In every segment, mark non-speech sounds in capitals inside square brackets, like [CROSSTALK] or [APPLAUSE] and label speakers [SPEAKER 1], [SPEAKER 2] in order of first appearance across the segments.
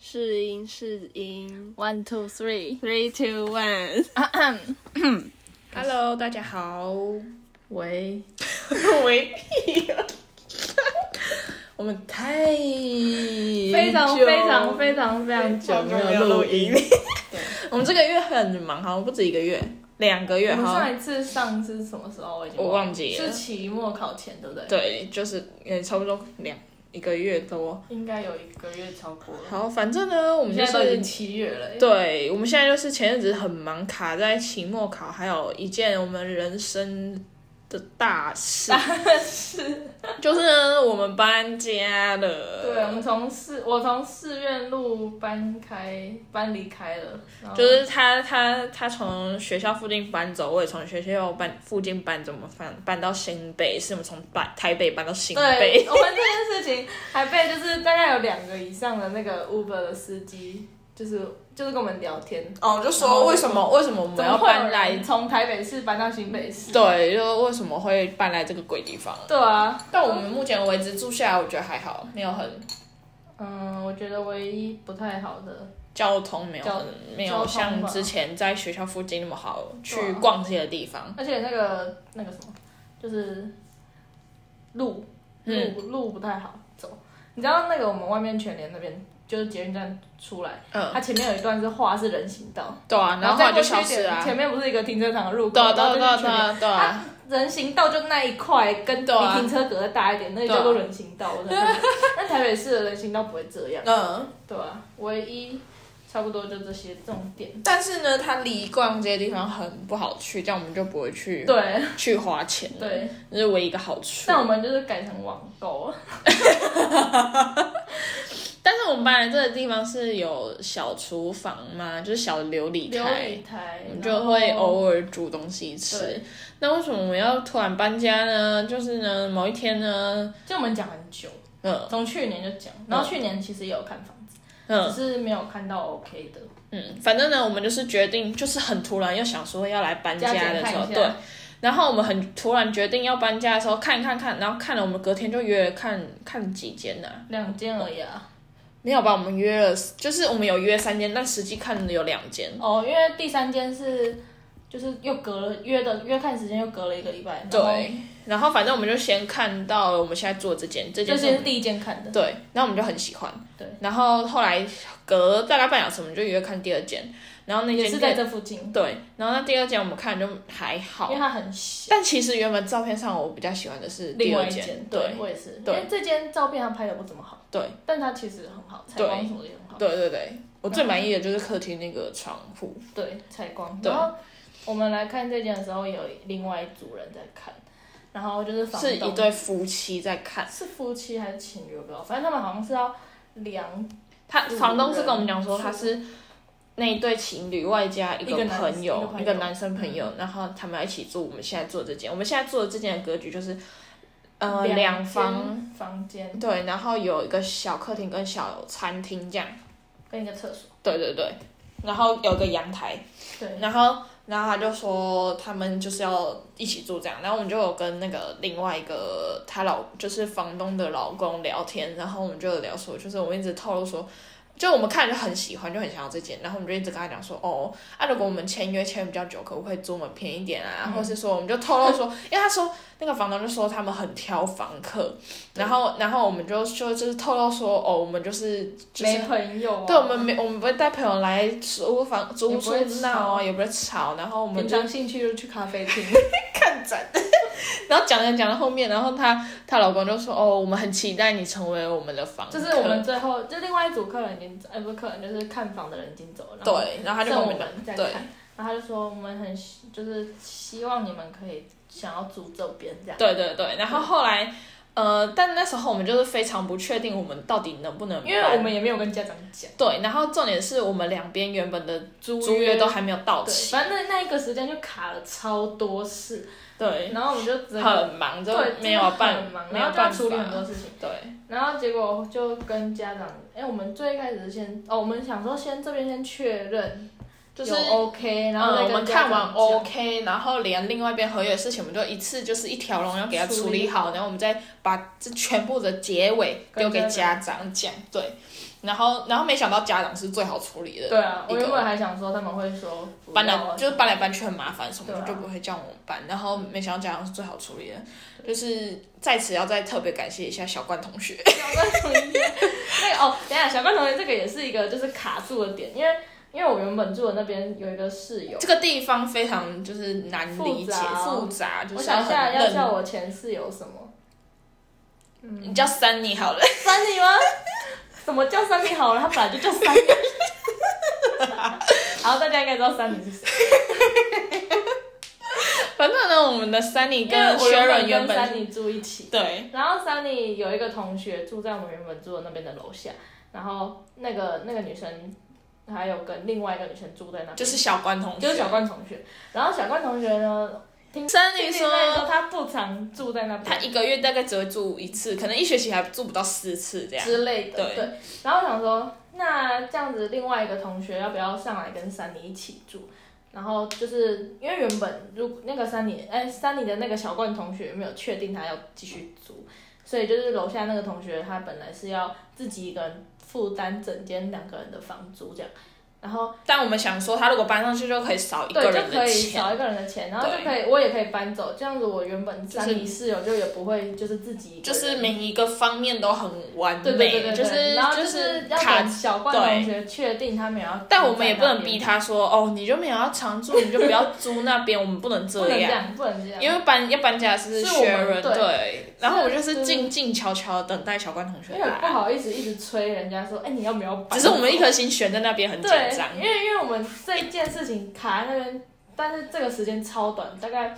[SPEAKER 1] 试音试音
[SPEAKER 2] One two three，
[SPEAKER 1] ，three two one。Hello，大家好，
[SPEAKER 2] 喂，
[SPEAKER 1] 喂，
[SPEAKER 2] 我们太非
[SPEAKER 1] 非常非常非
[SPEAKER 2] 常非常
[SPEAKER 1] 久没有录音。
[SPEAKER 2] 我们这个月很忙，好像不止一个月，两个月，
[SPEAKER 1] 我们
[SPEAKER 2] 好像
[SPEAKER 1] 上一次上是什么时候？我已经
[SPEAKER 2] 我忘记了
[SPEAKER 1] 是期末考前，对不对？，
[SPEAKER 2] 对，就是也差不多两一个月多。
[SPEAKER 1] 应该有一个月超过了。
[SPEAKER 2] 好，反正呢，我
[SPEAKER 1] 我
[SPEAKER 2] 们
[SPEAKER 1] 们
[SPEAKER 2] 就
[SPEAKER 1] 现在都已
[SPEAKER 2] 是
[SPEAKER 1] 经七月了，， [LAUGHS]
[SPEAKER 2] 对，我们现在就是前阵子很忙，卡在期末考，还有一件我们人生的
[SPEAKER 1] [LAUGHS]
[SPEAKER 2] 大事，就是呢，我们搬家了。
[SPEAKER 1] 对，我们从四，我从四院路搬开，搬离开了，然后
[SPEAKER 2] 就是他他他从学校附近搬走，我也从学校搬附近搬，怎么搬搬到新北？是我们从搬台北搬到新北。
[SPEAKER 1] 对，我们这件事情还被就是大概有两个以上的那个 Uber 的司机，就是就是跟我们聊天，
[SPEAKER 2] 哦，
[SPEAKER 1] 然
[SPEAKER 2] 就
[SPEAKER 1] 后
[SPEAKER 2] 说为什么为什么我
[SPEAKER 1] 怎么
[SPEAKER 2] 们要
[SPEAKER 1] 会有
[SPEAKER 2] 搬来
[SPEAKER 1] 人？从台北市搬到新北市？
[SPEAKER 2] 对，就为什么会搬来这个鬼地方？
[SPEAKER 1] 对啊，
[SPEAKER 2] 但我们目前为止住下来，我觉得还好，没有很
[SPEAKER 1] 嗯，我觉得唯一不太好的，
[SPEAKER 2] 交通没有
[SPEAKER 1] 交
[SPEAKER 2] 很没
[SPEAKER 1] 交
[SPEAKER 2] 有
[SPEAKER 1] 通
[SPEAKER 2] 像
[SPEAKER 1] 吧
[SPEAKER 2] 之前在学校附近那么好
[SPEAKER 1] 对
[SPEAKER 2] 去
[SPEAKER 1] 啊
[SPEAKER 2] 逛街的地方。
[SPEAKER 1] 而且那个那个什么，就是路路、
[SPEAKER 2] 嗯
[SPEAKER 1] 路不太好走。你知道那个我们外面全联那边就是捷运站出来，
[SPEAKER 2] 嗯，
[SPEAKER 1] 它前面有一段是画是人行道，
[SPEAKER 2] 对啊，然后后
[SPEAKER 1] 再
[SPEAKER 2] 来就
[SPEAKER 1] 过去
[SPEAKER 2] 消
[SPEAKER 1] 一
[SPEAKER 2] 失
[SPEAKER 1] 点，
[SPEAKER 2] 了啊。
[SPEAKER 1] 前面不是一个停车场的入口，
[SPEAKER 2] 对啊对
[SPEAKER 1] 然
[SPEAKER 2] 啊
[SPEAKER 1] 后
[SPEAKER 2] 对
[SPEAKER 1] 就是全
[SPEAKER 2] 啊对
[SPEAKER 1] 联
[SPEAKER 2] 啊对啊。
[SPEAKER 1] 啊，人行道就那一块，跟
[SPEAKER 2] 对啊
[SPEAKER 1] 你停车格大一点，那就叫做人行道。我真的
[SPEAKER 2] [LAUGHS]
[SPEAKER 1] 是，但台北市的人行道不会这样，
[SPEAKER 2] 嗯。
[SPEAKER 1] 对啊？唯一差不多就这些这种点。
[SPEAKER 2] 但是呢，它离逛街的地方很不好去，这样我们就不会去
[SPEAKER 1] 对
[SPEAKER 2] 去花钱，，
[SPEAKER 1] 对，
[SPEAKER 2] 这是唯一一个好处。
[SPEAKER 1] 但我们就是改成网购，啊
[SPEAKER 2] 但是我们搬来这个地方是有小厨房嘛，就是小琉璃
[SPEAKER 1] 琉
[SPEAKER 2] 台，
[SPEAKER 1] 璃台
[SPEAKER 2] 我，们
[SPEAKER 1] 然
[SPEAKER 2] 就
[SPEAKER 1] 后
[SPEAKER 2] 会偶尔煮东西吃
[SPEAKER 1] 对。
[SPEAKER 2] 那为什么我们要突然搬家呢？就是呢，某一天呢，
[SPEAKER 1] 就我们讲很久，
[SPEAKER 2] 嗯
[SPEAKER 1] 从去年就讲，然后去年其实也有看房子，只
[SPEAKER 2] 嗯
[SPEAKER 1] 是没有看到 OK 的。
[SPEAKER 2] 嗯，反正呢，我们就是决定，就是很突然又想说要来搬
[SPEAKER 1] 加
[SPEAKER 2] 家
[SPEAKER 1] 减
[SPEAKER 2] 的
[SPEAKER 1] 看
[SPEAKER 2] 时候，
[SPEAKER 1] 一
[SPEAKER 2] 对
[SPEAKER 1] 下。，
[SPEAKER 2] 然后我们很突然决定要搬家的时候，看一看看，然后看了，我们隔天就约了看看几间呐、啊
[SPEAKER 1] 两间而已啊。
[SPEAKER 2] 没有吧？我们约了，就是我们有约三间，但实际看的有两间。
[SPEAKER 1] 哦，因为第三间是就是又隔了约的约看时间又隔了一个礼拜，然后
[SPEAKER 2] 对，然后反正我们就先看到了我们现在做这间，这
[SPEAKER 1] 这
[SPEAKER 2] 间是
[SPEAKER 1] 些是第一间看的，
[SPEAKER 2] 对，然后我们就很喜欢。
[SPEAKER 1] 对，
[SPEAKER 2] 然后后来隔大概半小时，我们就约看第二间，然后那
[SPEAKER 1] 也
[SPEAKER 2] 间
[SPEAKER 1] 是在
[SPEAKER 2] 店
[SPEAKER 1] 这附近，
[SPEAKER 2] 对，然后那第二间我们看就还
[SPEAKER 1] 因
[SPEAKER 2] 好
[SPEAKER 1] 为，它很小。
[SPEAKER 2] 但其实原本照片上我比较喜欢的是第
[SPEAKER 1] 另外
[SPEAKER 2] 二
[SPEAKER 1] 一
[SPEAKER 2] 间
[SPEAKER 1] 间，，
[SPEAKER 2] 对，
[SPEAKER 1] 我也是，因
[SPEAKER 2] 对
[SPEAKER 1] 为这间照片它拍的不怎么好，
[SPEAKER 2] 对，
[SPEAKER 1] 但它其实很好，采
[SPEAKER 2] 对
[SPEAKER 1] 光什么的也很好，
[SPEAKER 2] 对对对，我最满意的就是客厅那个窗户，
[SPEAKER 1] 对，采光。
[SPEAKER 2] 对
[SPEAKER 1] 然后我们来看这间的时候，有另外一组人在看，然后就是房
[SPEAKER 2] 是一
[SPEAKER 1] 东
[SPEAKER 2] 对夫妻在看。
[SPEAKER 1] 是夫妻还是情侣，我不知道，反正他们好像是要量
[SPEAKER 2] 他
[SPEAKER 1] 五
[SPEAKER 2] 房东是跟我们讲说
[SPEAKER 1] 人
[SPEAKER 2] 他是那一对情侣外加一
[SPEAKER 1] 一
[SPEAKER 2] 个
[SPEAKER 1] 个男
[SPEAKER 2] 朋
[SPEAKER 1] 一个
[SPEAKER 2] 友
[SPEAKER 1] 朋，友
[SPEAKER 2] 一个男生朋友，然后他们要一起住我们现在住的这间，我们现在住的这间的格局就是，呃，两
[SPEAKER 1] 两
[SPEAKER 2] 房。
[SPEAKER 1] 间房间
[SPEAKER 2] 对，然后有一个小客厅跟小餐厅这样，
[SPEAKER 1] 跟一个厕所，
[SPEAKER 2] 对对对，然后有个阳台，
[SPEAKER 1] 对，
[SPEAKER 2] 然后然后他就说哦他们就是要一起住这样，然后我们就有跟那个另外一个她老就是房东的老公聊天，然后我们就有聊说，就是我们一直透露说。就我们看就很喜欢，就很想要这间，然后我们就一直跟他讲说，哦，啊，如果我们签约签比较久，可不可以租我们便宜一点啊？
[SPEAKER 1] 嗯
[SPEAKER 2] 或是说，我们就透露说，因为他说那个房东就说他们很挑房客，然后然后我们就就就是透露说，哦，我们就是就
[SPEAKER 1] 没
[SPEAKER 2] 是
[SPEAKER 1] 朋友、啊，
[SPEAKER 2] 对，我们没，我们不会带朋友来租房、租
[SPEAKER 1] 也
[SPEAKER 2] 屋
[SPEAKER 1] 不会
[SPEAKER 2] 闹啊，也不会吵，然后我们
[SPEAKER 1] 平
[SPEAKER 2] 就
[SPEAKER 1] 常兴趣就去咖啡
[SPEAKER 2] [LAUGHS]
[SPEAKER 1] 厅，
[SPEAKER 2] 看展， [LAUGHS] 然后讲着讲到后面，然后她她老公就说：“哦，我们很期待你成为我们的房客。”
[SPEAKER 1] 就是我们最后就另外一组客人已经，哎，不是客人，就是看房的人已经走了，然后
[SPEAKER 2] 对，然后她就
[SPEAKER 1] 剩
[SPEAKER 2] 跟我
[SPEAKER 1] 我
[SPEAKER 2] 们讲，
[SPEAKER 1] 们在
[SPEAKER 2] 对
[SPEAKER 1] 看，然后他就说我们很希就是希望你们可以想要住这边这样，
[SPEAKER 2] 对对对，然后后来呃，但那时候我们就是非常不确定我们到底能不能搬，
[SPEAKER 1] 因为我们也没有跟家长讲，
[SPEAKER 2] 对，然后重点是我们两边原本的
[SPEAKER 1] 租
[SPEAKER 2] 租约都还没有到
[SPEAKER 1] 对，
[SPEAKER 2] 期，
[SPEAKER 1] 反正那那一个时间就卡了超多事，
[SPEAKER 2] 对，
[SPEAKER 1] 然后我们就只能
[SPEAKER 2] 很忙，就
[SPEAKER 1] 对
[SPEAKER 2] 没有啊
[SPEAKER 1] 真的
[SPEAKER 2] 办
[SPEAKER 1] 很忙，
[SPEAKER 2] 没
[SPEAKER 1] 然
[SPEAKER 2] 有
[SPEAKER 1] 后就要
[SPEAKER 2] 办
[SPEAKER 1] 处理很
[SPEAKER 2] 法，
[SPEAKER 1] 多事情，
[SPEAKER 2] 对。
[SPEAKER 1] 然后结果就跟家长，哎，我们最一开始是先哦，我们想说先这边先确认，
[SPEAKER 2] 就是
[SPEAKER 1] 有 OK，然后
[SPEAKER 2] 嗯
[SPEAKER 1] 再
[SPEAKER 2] 我们
[SPEAKER 1] 跟
[SPEAKER 2] 看完
[SPEAKER 1] 家长讲
[SPEAKER 2] OK，然后连另外一边合约的事情，我们就一次就是一条龙要给它
[SPEAKER 1] 处理
[SPEAKER 2] 处理好，然后我们再把这全部的结尾
[SPEAKER 1] 跟
[SPEAKER 2] 丢给
[SPEAKER 1] 家
[SPEAKER 2] 家长讲，对。然后，然后没想到家长是最好处理的，
[SPEAKER 1] 对啊，
[SPEAKER 2] 一
[SPEAKER 1] 我
[SPEAKER 2] 个
[SPEAKER 1] 原本还想说他们会说不
[SPEAKER 2] 搬
[SPEAKER 1] 要
[SPEAKER 2] 来
[SPEAKER 1] 啊
[SPEAKER 2] 就是搬来搬去很麻烦，什么
[SPEAKER 1] 对啊
[SPEAKER 2] 就不会叫我们搬。然后没想到家长是最好处理的，就是在此要再特别感谢一下小冠同学。 [LAUGHS]
[SPEAKER 1] 小关同学，那个哦，等一下小关同学这个也是一个就是卡住的点，因为因为我原本住的那边有一个室友，
[SPEAKER 2] 这个地方非常就是难理
[SPEAKER 1] 复
[SPEAKER 2] 解
[SPEAKER 1] 杂哦
[SPEAKER 2] 复杂，就
[SPEAKER 1] 我
[SPEAKER 2] 是
[SPEAKER 1] 想一下
[SPEAKER 2] 很
[SPEAKER 1] 要
[SPEAKER 2] 认。
[SPEAKER 1] 叫我嗯前室友什么？
[SPEAKER 2] 你叫三你好了， [LAUGHS]
[SPEAKER 1] 三里吗？什么叫三里好了？他本来就叫三里。然后大家应该知道三里是谁，
[SPEAKER 2] 反正呢，我们的三你
[SPEAKER 1] 因
[SPEAKER 2] 跟
[SPEAKER 1] 为我
[SPEAKER 2] Sharon
[SPEAKER 1] 原本
[SPEAKER 2] 原
[SPEAKER 1] 跟
[SPEAKER 2] 本
[SPEAKER 1] 三里住一起，
[SPEAKER 2] 对，
[SPEAKER 1] 然后 Sunny 有一个同学住在我们原本住的那边的楼下，然后那个那个女生还有跟另外一个女生住在那边，
[SPEAKER 2] 就是小关同学，
[SPEAKER 1] 就是小冠同学。然后小冠同学呢，听
[SPEAKER 2] 三女
[SPEAKER 1] 听那时
[SPEAKER 2] 说
[SPEAKER 1] 候她不常住在那
[SPEAKER 2] 他
[SPEAKER 1] 边
[SPEAKER 2] 一个月大概只会住一次，可能一学期还住不到四次这样。
[SPEAKER 1] 之类的，
[SPEAKER 2] 对
[SPEAKER 1] 然后我想说，那这样子另外一个同学要不要上来跟 Sunny 一起住？然后就是因为原本如那个三里，哎，三里的那个小冠同学没有确定他要继续租，所以就是楼下那个同学他本来是要自己一个人负担整间两个人的房租这样，然后
[SPEAKER 2] 但我们想说，他如果搬上去就可以少一个
[SPEAKER 1] 对就
[SPEAKER 2] 人
[SPEAKER 1] 可
[SPEAKER 2] 的
[SPEAKER 1] 以
[SPEAKER 2] 钱，
[SPEAKER 1] 少一个人的钱，然后就
[SPEAKER 2] 对
[SPEAKER 1] 可以我也可以搬走，这样子我原本
[SPEAKER 2] 就是
[SPEAKER 1] 三里室友就也不会就是自己一个
[SPEAKER 2] 就
[SPEAKER 1] 人
[SPEAKER 2] 是每一个方面都很完美，
[SPEAKER 1] 对对对对对，
[SPEAKER 2] 就是
[SPEAKER 1] 然后就
[SPEAKER 2] 就是
[SPEAKER 1] 要
[SPEAKER 2] 卡
[SPEAKER 1] 给小冠同学确定他们也要，
[SPEAKER 2] 但我们也不能逼，他说哦，你就没有要常住，你就不要租那边，我们不能
[SPEAKER 1] 不
[SPEAKER 2] 这
[SPEAKER 1] 能这
[SPEAKER 2] 样。
[SPEAKER 1] 样，不能这样，
[SPEAKER 2] [LAUGHS] 因为搬要搬家的是
[SPEAKER 1] 是我
[SPEAKER 2] 学
[SPEAKER 1] 们
[SPEAKER 2] 人
[SPEAKER 1] 对
[SPEAKER 2] 对，然后我就
[SPEAKER 1] 就是
[SPEAKER 2] 是静静悄悄地等待小关同学
[SPEAKER 1] 因为不
[SPEAKER 2] 来，
[SPEAKER 1] 好意思一直催人家说，哎，你要不要搬？
[SPEAKER 2] 只是我们一颗心悬在那边很紧
[SPEAKER 1] 对
[SPEAKER 2] 张，，
[SPEAKER 1] 因为因为我们这一件事情卡在那边，但是这个时间超短，大概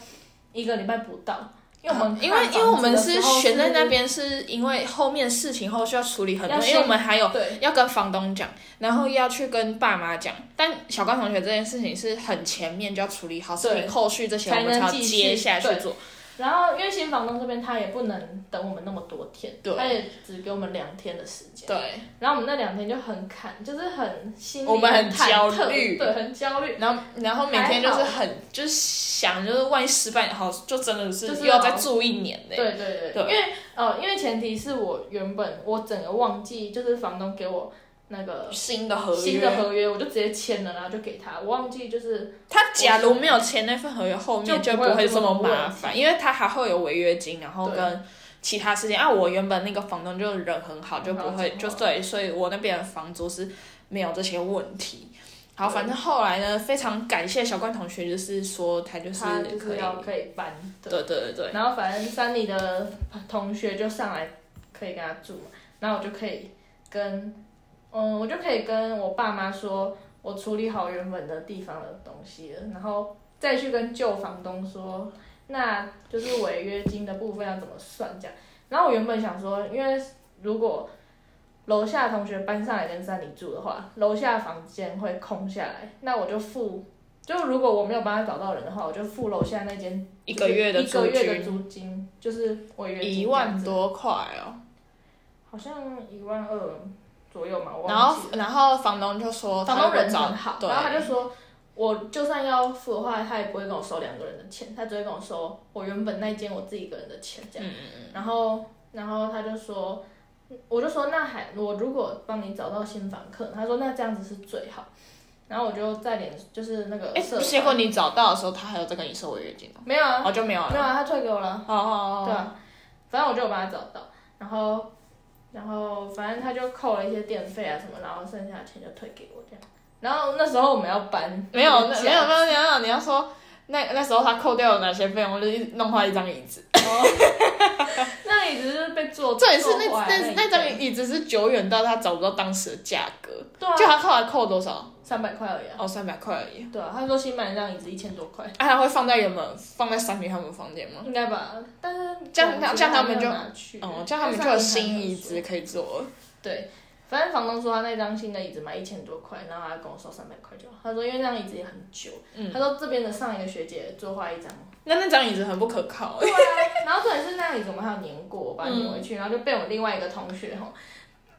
[SPEAKER 1] 一个礼拜不到，因为我们
[SPEAKER 2] 啊因为因为我们
[SPEAKER 1] 是
[SPEAKER 2] 是悬在那，边，是因为后面事情后续要处理很多，
[SPEAKER 1] 要
[SPEAKER 2] 因为我们还有
[SPEAKER 1] 对，
[SPEAKER 2] 要跟房东讲，然后要去跟爸妈讲。但小高同学这件事情是很前面就要处理好，
[SPEAKER 1] 对
[SPEAKER 2] 所以后续这些我们
[SPEAKER 1] 才能
[SPEAKER 2] 才要
[SPEAKER 1] 继续
[SPEAKER 2] 接下去
[SPEAKER 1] 对
[SPEAKER 2] 做。
[SPEAKER 1] 然后因为新房东这边他也不能等我们那么多天，
[SPEAKER 2] 对
[SPEAKER 1] 他也只给我们两天的时间，
[SPEAKER 2] 对，
[SPEAKER 1] 然后我们那两天就很坎，就是很心里
[SPEAKER 2] 我们很
[SPEAKER 1] 忐忑
[SPEAKER 2] 焦虑
[SPEAKER 1] 对，很焦虑。
[SPEAKER 2] 然后然后每天就是
[SPEAKER 1] 还好
[SPEAKER 2] 很就是想，就是万一失败，好就真的是
[SPEAKER 1] 就是
[SPEAKER 2] 又要再住一年呢、
[SPEAKER 1] 对对对，
[SPEAKER 2] 对
[SPEAKER 1] 因为呃，因为前提是我原本我整个忘记，就是房东给我那个
[SPEAKER 2] 新的合约，
[SPEAKER 1] 新的合约，我就直接签了，然后就给他，我忘记就是
[SPEAKER 2] 他假如没有签那份合约，后面
[SPEAKER 1] 就
[SPEAKER 2] 就
[SPEAKER 1] 不
[SPEAKER 2] 不
[SPEAKER 1] 会有
[SPEAKER 2] 会
[SPEAKER 1] 这
[SPEAKER 2] 这么
[SPEAKER 1] 么多
[SPEAKER 2] 麻
[SPEAKER 1] 问
[SPEAKER 2] 烦，因为他还会有违约金，然后
[SPEAKER 1] 对
[SPEAKER 2] 跟其他事情啊。我原本那个房东就人很好，就
[SPEAKER 1] 很好
[SPEAKER 2] 不会
[SPEAKER 1] 讲话
[SPEAKER 2] 就对，所以我那边的房租是没有这些问题。好，
[SPEAKER 1] 对
[SPEAKER 2] 反正后来呢，非常感谢小冠同学，就是说他就是
[SPEAKER 1] 他就
[SPEAKER 2] 可
[SPEAKER 1] 是
[SPEAKER 2] 以，
[SPEAKER 1] 要可以搬，对。
[SPEAKER 2] 对对对对，
[SPEAKER 1] 然后反正山里的同学就上来可以跟他住嘛，然后我就可以跟，嗯，我就可以跟我爸妈说，我处理好原本的地方的东西了，然后再去跟旧房东说，那就是违约金的部分要怎么算这样。然后我原本想说，因为如果楼下同学搬上来跟山里住的话，楼下房间会空下来，那我就付。就如果我没有帮他找到人的话，我就付楼下那间
[SPEAKER 2] 一个月的
[SPEAKER 1] 一个
[SPEAKER 2] 租
[SPEAKER 1] 月的
[SPEAKER 2] 金
[SPEAKER 1] 租金就是违约金
[SPEAKER 2] 一
[SPEAKER 1] 这样
[SPEAKER 2] 万
[SPEAKER 1] 子，
[SPEAKER 2] 多块哦。
[SPEAKER 1] 好像一万二左右嘛，我
[SPEAKER 2] 然
[SPEAKER 1] 忘
[SPEAKER 2] 后
[SPEAKER 1] 记了。
[SPEAKER 2] 然后房东就说
[SPEAKER 1] 房
[SPEAKER 2] 他如
[SPEAKER 1] 东
[SPEAKER 2] 果
[SPEAKER 1] 人
[SPEAKER 2] 找，
[SPEAKER 1] 很好，
[SPEAKER 2] 对
[SPEAKER 1] 然后他就说，我就算要付的话，他也不会跟我收两个人的钱，他只会跟我收我原本那间我自己一个人的钱这样。
[SPEAKER 2] 嗯
[SPEAKER 1] 然后然后他就说，我就说那还我如果帮你找到新房客，他说那这样子是最好。然后我就在脸就是那个
[SPEAKER 2] 哎、
[SPEAKER 1] 社团，
[SPEAKER 2] 结果你找到的时候，他还有在跟你收违约金哦，
[SPEAKER 1] 没有啊，
[SPEAKER 2] 哦就没有了
[SPEAKER 1] 没。有啊，他退给我了。
[SPEAKER 2] 哦哦
[SPEAKER 1] 对
[SPEAKER 2] 哦，
[SPEAKER 1] 啊，反正我就有帮他找到，然后，然后反正他就扣了一些电费啊什么，然后剩下的钱就退给我这样。然后那时候我们要搬，
[SPEAKER 2] 没有，
[SPEAKER 1] 我
[SPEAKER 2] 那
[SPEAKER 1] 们
[SPEAKER 2] 没有，没有，没有，你要说那那时候他扣掉了哪些费用，我就一直弄坏一张椅子。
[SPEAKER 1] 哦 [LAUGHS] 那椅子就是被坐，
[SPEAKER 2] 重点是那
[SPEAKER 1] 坐坏
[SPEAKER 2] 那那
[SPEAKER 1] 那
[SPEAKER 2] 张椅子是久远到他找不到当时的价格，
[SPEAKER 1] 对啊，
[SPEAKER 2] 就他后来扣多少？
[SPEAKER 1] 三百块而已啊。
[SPEAKER 2] 哦，三百块而已。
[SPEAKER 1] 对啊，他说新买那张椅子一千多块，
[SPEAKER 2] 啊，他会放在原本放在三明他们房间吗？
[SPEAKER 1] 应该吧？但是
[SPEAKER 2] 这样
[SPEAKER 1] 我们
[SPEAKER 2] 这样他们
[SPEAKER 1] 没有
[SPEAKER 2] 就
[SPEAKER 1] 拿去，
[SPEAKER 2] 哦，这样他们就有新椅子可以坐了。
[SPEAKER 1] 对，反正房东说他那张新的椅子卖一千多块，然后他跟我说三百块就好。他说因为那张椅子也很久，他
[SPEAKER 2] 嗯
[SPEAKER 1] 说这边的上一个学姐坐坏一张，
[SPEAKER 2] 那那张椅子很不可靠、欸
[SPEAKER 1] 对啊，然后重点是那里怎么还有粘过，我把它粘回去，然后就被我另外一个同学吼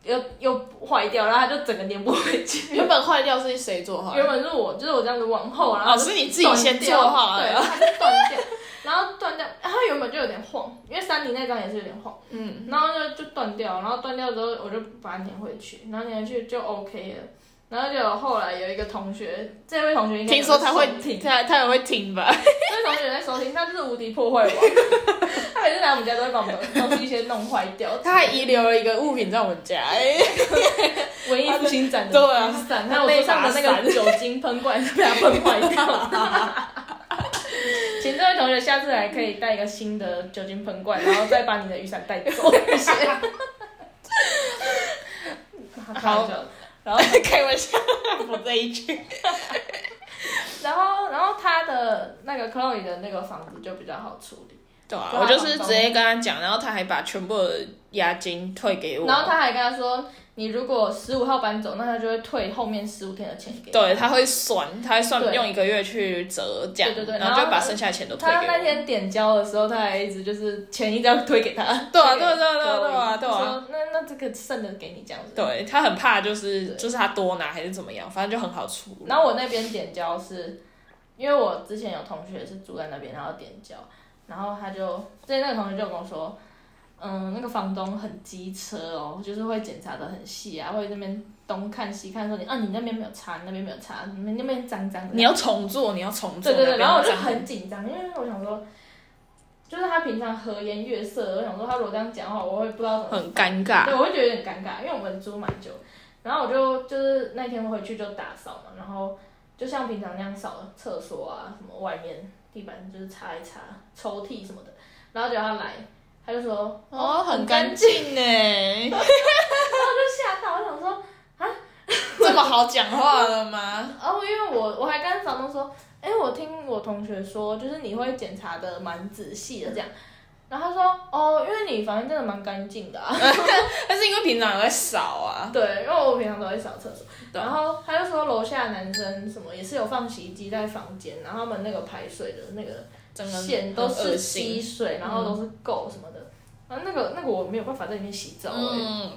[SPEAKER 1] 又又坏掉，然后它就整个粘不回
[SPEAKER 2] [LAUGHS]
[SPEAKER 1] 去。
[SPEAKER 2] [LAUGHS] 原本坏掉是谁做坏？
[SPEAKER 1] 原本是我，就是我这样子往后，然后
[SPEAKER 2] 哦是你自己先做好
[SPEAKER 1] 对，啊
[SPEAKER 2] 的
[SPEAKER 1] 它就断掉， [LAUGHS] 然后断掉，它原本就有点晃，因为山林那张也是有点晃，
[SPEAKER 2] 嗯，
[SPEAKER 1] 然后就就断掉，然后断掉之后我就把它粘回去，然后粘回去就 OK 了。然后就后来有一个同学，这位同学应该有
[SPEAKER 2] 听说他会
[SPEAKER 1] 收听，
[SPEAKER 2] 他他也会
[SPEAKER 1] [LAUGHS]
[SPEAKER 2] 听吧？
[SPEAKER 1] 这位同学有在收听，他就是无敌破
[SPEAKER 2] [LAUGHS]
[SPEAKER 1] 坏王，他每次来我们家都会把我们的 [LAUGHS] 东西先弄坏掉，
[SPEAKER 2] 他还遗留了一个物品在我们家，哎、
[SPEAKER 1] 文艺复兴展的
[SPEAKER 2] 对啊
[SPEAKER 1] 雨伞，还
[SPEAKER 2] 那
[SPEAKER 1] 有
[SPEAKER 2] 我就
[SPEAKER 1] 背上的
[SPEAKER 2] 把
[SPEAKER 1] 那个酒精喷罐被它喷坏
[SPEAKER 2] [LAUGHS]
[SPEAKER 1] 掉了。请这位同学下次来可以带一个新的酒精喷罐，然后再把你的雨伞带走。 [LAUGHS]
[SPEAKER 2] 好，
[SPEAKER 1] 然后
[SPEAKER 2] [LAUGHS] 开玩笑，不这一句。
[SPEAKER 1] 然后然后他的那个 Chloe 的那个房子就比较好处理，
[SPEAKER 2] 对啊，
[SPEAKER 1] 对啊
[SPEAKER 2] 我就是直接跟他讲，然后他还把全部的押金退给我。
[SPEAKER 1] 然后他还跟他说，你如果十五号搬走，那他就会退后面十五天的钱给你。
[SPEAKER 2] 对，他会算，他会算
[SPEAKER 1] 对
[SPEAKER 2] 用一个月去折价，
[SPEAKER 1] 对对对
[SPEAKER 2] 然
[SPEAKER 1] 然后
[SPEAKER 2] 就把剩下的钱都退给
[SPEAKER 1] 他那
[SPEAKER 2] 我。
[SPEAKER 1] 天点交的时候，他还一直就是钱一直要推给他。
[SPEAKER 2] 对啊，对啊对啊对啊对啊，对
[SPEAKER 1] 就
[SPEAKER 2] 啊，
[SPEAKER 1] 说那那这个剩的给你这样子。。
[SPEAKER 2] 对他很怕就是
[SPEAKER 1] 对
[SPEAKER 2] 就是他多拿还是怎么样，反正就很好处理。
[SPEAKER 1] 然后我那边点交是，因为我之前有同学是住在那边，然后点交，然后他就之前那个同学就跟我说，嗯，那个房东很机车哦，就是会检查的很细啊，会这边东看西看，说你啊你那边没有擦，你那边没有擦，你那边脏脏的。
[SPEAKER 2] 你要重做，你要重做。
[SPEAKER 1] 对对对，
[SPEAKER 2] 那边
[SPEAKER 1] 然后我就
[SPEAKER 2] 这样
[SPEAKER 1] 很紧张，因为我想说，就是他平常和颜悦色，我想说他如果这样讲话，我会不知道怎么
[SPEAKER 2] 很尴尬。
[SPEAKER 1] 对，我会觉得有点尴尬，因为我们租蛮久，然后我就就是那天回去就打扫嘛，然后就像平常那样扫厕所啊，什么外面地板就是擦一擦，抽屉什么的，然后结果他来，他就说
[SPEAKER 2] 哦，很干
[SPEAKER 1] 干，
[SPEAKER 2] 净呢，
[SPEAKER 1] 然后我就吓到，我想说
[SPEAKER 2] 这么好讲话了吗？
[SPEAKER 1] 哦，因为我我还跟房东说，哎、我听我同学说，就是你会检查的蛮仔细的这样。然后他说，哦，因为你房间真的蛮干净的啊，
[SPEAKER 2] 但是因为平常有在扫啊，
[SPEAKER 1] 对，因为我平常都会扫厕所，
[SPEAKER 2] 对啊
[SPEAKER 1] 然后他就说楼下男生什么也是有放洗衣机在房间，然后他们那个排水的那个
[SPEAKER 2] 整个
[SPEAKER 1] 线都
[SPEAKER 2] 很
[SPEAKER 1] 是
[SPEAKER 2] 恶
[SPEAKER 1] 积
[SPEAKER 2] 心。
[SPEAKER 1] 水，然后都是垢什么的，然后那个那个我没有办法在里面洗澡、欸，
[SPEAKER 2] 嗯，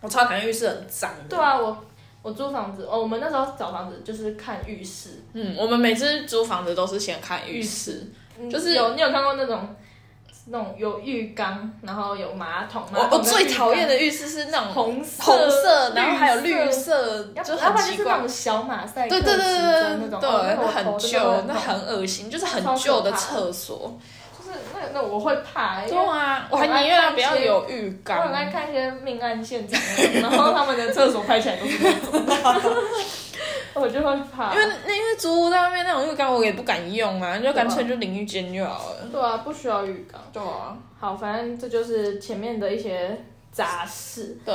[SPEAKER 2] 我超讨厌浴室很脏的。
[SPEAKER 1] 对啊，我我租房子，哦，我们那时候找房子就是看浴室，
[SPEAKER 2] 嗯，我们每次租房子都是先看浴室，就是
[SPEAKER 1] 你嗯有你有看过那种那种有浴缸，然后有马桶，
[SPEAKER 2] 我我最讨厌
[SPEAKER 1] 的
[SPEAKER 2] 的浴室是那种
[SPEAKER 1] 红色
[SPEAKER 2] 红色，然后还有绿
[SPEAKER 1] 色。
[SPEAKER 2] 色，
[SPEAKER 1] 要
[SPEAKER 2] 就
[SPEAKER 1] 要不然
[SPEAKER 2] 很
[SPEAKER 1] 就
[SPEAKER 2] 奇
[SPEAKER 1] 是那
[SPEAKER 2] 怪。
[SPEAKER 1] 种小马赛克
[SPEAKER 2] 对对对
[SPEAKER 1] 时
[SPEAKER 2] 对
[SPEAKER 1] 针那
[SPEAKER 2] 对
[SPEAKER 1] 种，
[SPEAKER 2] 对，那很旧，
[SPEAKER 1] 那
[SPEAKER 2] 那很恶心，就是很旧的厕所。
[SPEAKER 1] 就是那那我会怕、欸，
[SPEAKER 2] 对
[SPEAKER 1] 因为
[SPEAKER 2] 啊，我
[SPEAKER 1] 我
[SPEAKER 2] 还
[SPEAKER 1] 很爱
[SPEAKER 2] 宁愿
[SPEAKER 1] 看
[SPEAKER 2] 不要
[SPEAKER 1] 一些
[SPEAKER 2] 有浴
[SPEAKER 1] 我很爱
[SPEAKER 2] 缸。
[SPEAKER 1] 看一些命案现场那种，然后他们的厕所拍起来都是那种， [LAUGHS] 我就会怕，
[SPEAKER 2] 因为那因为租屋在外面那种浴缸我也不敢用啊，就干脆就淋浴间就好了。
[SPEAKER 1] 对啊，不需要浴缸。
[SPEAKER 2] 对啊，
[SPEAKER 1] 好，反正这就是前面的一些杂事，
[SPEAKER 2] 对，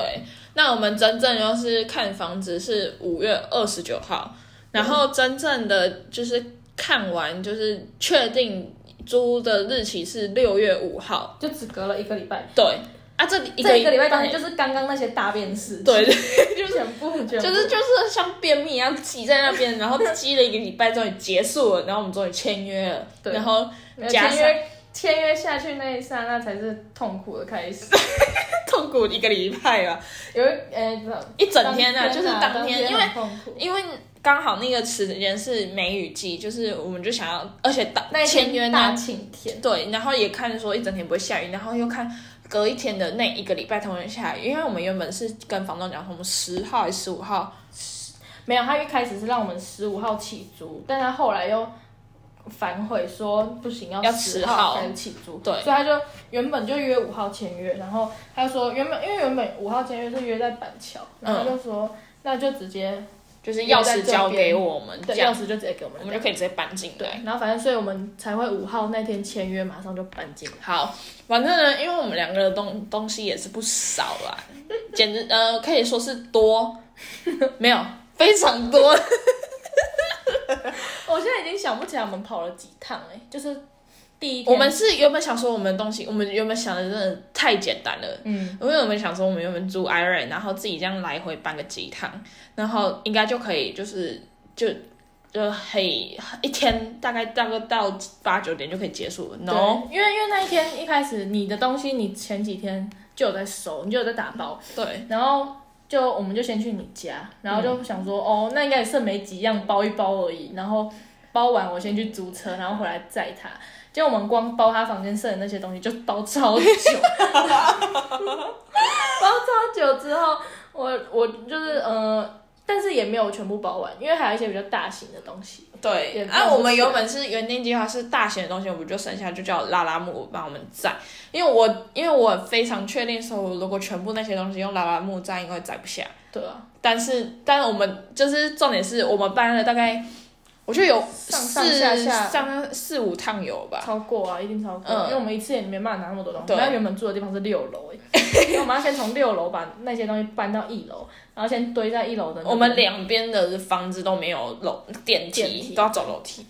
[SPEAKER 2] 那我们真正就是看房子是五月二十九号，然后真正的就是看完就是确定租的日期是六月五号。
[SPEAKER 1] 就只隔了一个礼拜。
[SPEAKER 2] 对啊，这里一
[SPEAKER 1] 这
[SPEAKER 2] 个
[SPEAKER 1] 一个礼拜当然就是刚刚那些大便事，
[SPEAKER 2] 对对，
[SPEAKER 1] 就是全部全部
[SPEAKER 2] 就是就是像便秘一样挤在那边，然后积了一个礼拜终于结束了，然后我们终于签约了，
[SPEAKER 1] 对
[SPEAKER 2] 然后
[SPEAKER 1] 没有
[SPEAKER 2] 加
[SPEAKER 1] 签约签约下去那一刹那才是痛苦的开始，
[SPEAKER 2] 痛苦一个礼拜吧，
[SPEAKER 1] 有一呃
[SPEAKER 2] 一整天
[SPEAKER 1] [LAUGHS]
[SPEAKER 2] 啊，
[SPEAKER 1] 当
[SPEAKER 2] 就是
[SPEAKER 1] 当
[SPEAKER 2] 天，因为
[SPEAKER 1] 很痛苦
[SPEAKER 2] 因为刚好那个时间是梅雨季，就是我们就想要，而且打
[SPEAKER 1] 那一天
[SPEAKER 2] 签约
[SPEAKER 1] 大
[SPEAKER 2] 那
[SPEAKER 1] 晴天，
[SPEAKER 2] 对，然后也看说一整天不会下雨，然后又看隔一天的那一个礼拜同样下雨，因为我们原本是跟房东讲说我们十号还是十五号，
[SPEAKER 1] 没有他一开始是让我们十五号起租，但他后来又反悔说不行要
[SPEAKER 2] 要
[SPEAKER 1] 10
[SPEAKER 2] 10
[SPEAKER 1] 号
[SPEAKER 2] 号
[SPEAKER 1] 才起租，
[SPEAKER 2] 对
[SPEAKER 1] 所以他就原本就约五号签约，然后他说原本因为原本五号签约是约在板桥，然后他就说、那就直接
[SPEAKER 2] 就是
[SPEAKER 1] 约
[SPEAKER 2] 钥
[SPEAKER 1] 在
[SPEAKER 2] 匙
[SPEAKER 1] 这
[SPEAKER 2] 交
[SPEAKER 1] 边
[SPEAKER 2] 给我们，这
[SPEAKER 1] 对
[SPEAKER 2] 样
[SPEAKER 1] 钥匙就直接给我们
[SPEAKER 2] 我们就可以直接搬进
[SPEAKER 1] 对
[SPEAKER 2] 来。，
[SPEAKER 1] 然后反正所以我们才会五号那天签约，马上就搬进来。
[SPEAKER 2] 好，反正呢，因为我们两个的东东西也是不少啦，简直呃可以说是多， [LAUGHS] 没有非常多，
[SPEAKER 1] 我现在已经想不起来我们跑了几趟哎、就是第一天
[SPEAKER 2] 我们是原本想说我们的东西，我们原本想的真的太简单了。
[SPEAKER 1] 嗯，
[SPEAKER 2] 因为我们想说，我们原本住 Iron，然后自己这样来回搬个鸡汤，然后应该就可以，就是就就可以一天大概大概到八九点就可以结束了。
[SPEAKER 1] 对
[SPEAKER 2] No，，
[SPEAKER 1] 因为因为那一天一开始你的东西你前几天就有在收，你就有在打包，
[SPEAKER 2] 对
[SPEAKER 1] 然后就我们就先去你家，然后就想说，哦，那应该也剩没几样，包一包而已。然后包完我先去租车，然后回来载他。结果我们光包他房间剩的那些东西就包超久， [LAUGHS] 包超久之后，我我就是呃，但是也没有全部包完，因为还有一些比较大型的东西。也
[SPEAKER 2] 对，
[SPEAKER 1] 不
[SPEAKER 2] 啊，
[SPEAKER 1] 知道
[SPEAKER 2] 我们
[SPEAKER 1] 是
[SPEAKER 2] 原本是原定计划是大型的东西，我们就剩下就叫拉拉木帮我们载，因为我因为我非常确定说，我如果全部那些东西用拉拉木载，应该载不下。
[SPEAKER 1] 对啊，
[SPEAKER 2] 但是，但是我们就是重点是我们搬了大概，我觉得有
[SPEAKER 1] 上上下下
[SPEAKER 2] 上四五趟有吧。
[SPEAKER 1] 超过啊，一定超过，
[SPEAKER 2] 嗯
[SPEAKER 1] 因为我们一次也没办法拿那么多东西。
[SPEAKER 2] 对
[SPEAKER 1] 那原本住的地方是六楼、欸，
[SPEAKER 2] [LAUGHS]
[SPEAKER 1] 所以我们要先从六楼把那些东西搬到一楼，然后先堆在一楼的那个。
[SPEAKER 2] 我们两边的房子都没有楼电梯，
[SPEAKER 1] 电梯
[SPEAKER 2] 都要走楼梯，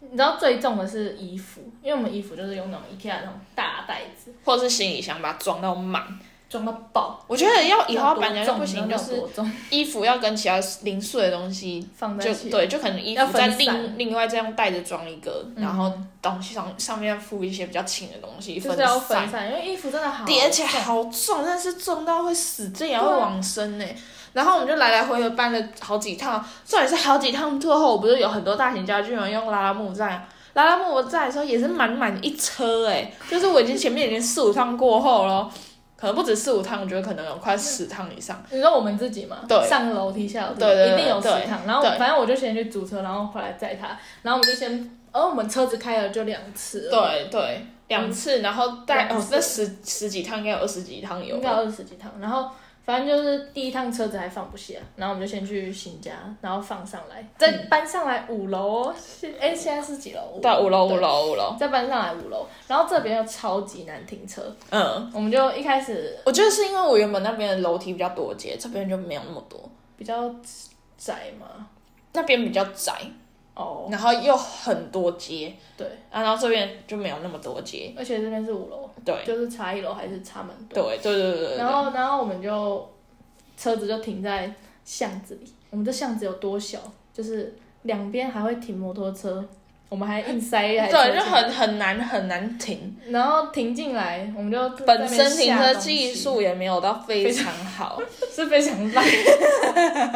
[SPEAKER 1] 你知道最重的是衣服，因为我们衣服就是用那种 IKEA 那种大袋子
[SPEAKER 2] 或者是行李箱把它装到满。
[SPEAKER 1] 装到爆。
[SPEAKER 2] 我觉得要以后要
[SPEAKER 1] 多
[SPEAKER 2] 搬家就
[SPEAKER 1] 重
[SPEAKER 2] 不行，
[SPEAKER 1] 你知道那
[SPEAKER 2] 就是
[SPEAKER 1] 多重
[SPEAKER 2] 衣服要跟其他零碎的东西
[SPEAKER 1] 放在
[SPEAKER 2] 就
[SPEAKER 1] 一起，
[SPEAKER 2] 对，就可能衣
[SPEAKER 1] 要
[SPEAKER 2] 服再
[SPEAKER 1] 分散
[SPEAKER 2] 另另外这样袋子装一个，
[SPEAKER 1] 嗯
[SPEAKER 2] 然后东西上上面附一些比较轻的东西，
[SPEAKER 1] 就是要分
[SPEAKER 2] 散。
[SPEAKER 1] 散，因为衣服真的好
[SPEAKER 2] 叠起来好重，真的是重到会死掉，
[SPEAKER 1] 对
[SPEAKER 2] 会
[SPEAKER 1] 啊
[SPEAKER 2] 往生呢、然后我们就来来回回搬了好几趟，重点是好几趟之后，我不是有很多大型家具嘛，用拉拉木载啊，拉拉木我载的时候也是满满一车哎、就是我已经前面已经四五趟过后咯，可能不止四五趟，我觉得可能有快十趟以上。
[SPEAKER 1] 你说我们自己嘛，
[SPEAKER 2] 对
[SPEAKER 1] 上楼梯下楼梯，
[SPEAKER 2] 对对对
[SPEAKER 1] 一定有食
[SPEAKER 2] 对
[SPEAKER 1] 堂。然后
[SPEAKER 2] 对
[SPEAKER 1] 反正我就先去租车，然后回来载他，然后我们就先，哦，我们车子开了就两次了，
[SPEAKER 2] 对对，两次，然后大概
[SPEAKER 1] 两
[SPEAKER 2] 哦
[SPEAKER 1] 次，
[SPEAKER 2] 那十十几趟应该有二十几趟有
[SPEAKER 1] 应该有
[SPEAKER 2] 吧。
[SPEAKER 1] 二十几趟。然后反正就是第一趟车子还放不下，然后我们就先去新家，然后放上来，再搬上来五楼哦。现哎、现在是几楼？
[SPEAKER 2] 嗯对，五楼
[SPEAKER 1] 对
[SPEAKER 2] 五楼五楼，
[SPEAKER 1] 再搬上来五楼，然后这边又超级难停车，
[SPEAKER 2] 嗯，
[SPEAKER 1] 我们就一开始
[SPEAKER 2] 我觉得是因为我原本那边的楼梯比较多阶，这边就没有那么多，
[SPEAKER 1] 比较窄嘛，
[SPEAKER 2] 那边比较窄，
[SPEAKER 1] 哦，
[SPEAKER 2] 然后又很多阶，
[SPEAKER 1] 对，
[SPEAKER 2] 啊，然后这边就没有那么多阶，
[SPEAKER 1] 而且这边是五楼，
[SPEAKER 2] 对
[SPEAKER 1] 就是差一楼还是差蛮多。
[SPEAKER 2] 对对对对对
[SPEAKER 1] 然
[SPEAKER 2] 对，
[SPEAKER 1] 后，然后我们就车子就停在巷子里。我们这巷子有多小？就是两边还会停摩托车，我们还硬塞一台车
[SPEAKER 2] 对，
[SPEAKER 1] 进
[SPEAKER 2] 就
[SPEAKER 1] 来
[SPEAKER 2] 很很难很难停，
[SPEAKER 1] 然后停进来，我们就在
[SPEAKER 2] 本
[SPEAKER 1] 那边
[SPEAKER 2] 身停
[SPEAKER 1] 下
[SPEAKER 2] 车
[SPEAKER 1] 东西
[SPEAKER 2] 技术也没有到非常好，
[SPEAKER 1] 是非常烂。 [LAUGHS]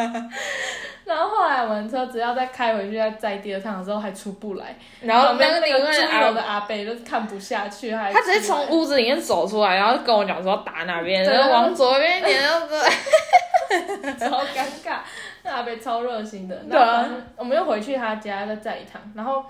[SPEAKER 1] 然后后来我们车子要再开回去，再载第二趟的时候还出不来，
[SPEAKER 2] [LAUGHS] 然后
[SPEAKER 1] 那个
[SPEAKER 2] 那个
[SPEAKER 1] 那个
[SPEAKER 2] 另
[SPEAKER 1] 猪
[SPEAKER 2] 外
[SPEAKER 1] 油
[SPEAKER 2] 的
[SPEAKER 1] 的
[SPEAKER 2] 阿。
[SPEAKER 1] 阿伯就看不下去，还
[SPEAKER 2] 他直接
[SPEAKER 1] 出来
[SPEAKER 2] 从屋子里面走出来，然后跟我讲说打哪边，
[SPEAKER 1] 对
[SPEAKER 2] 然后往左边一点，然 [LAUGHS] 后 [LAUGHS]
[SPEAKER 1] 超尴尬，那阿北超热心的。
[SPEAKER 2] 对啊
[SPEAKER 1] 然后我们又回去他家再载一趟，然后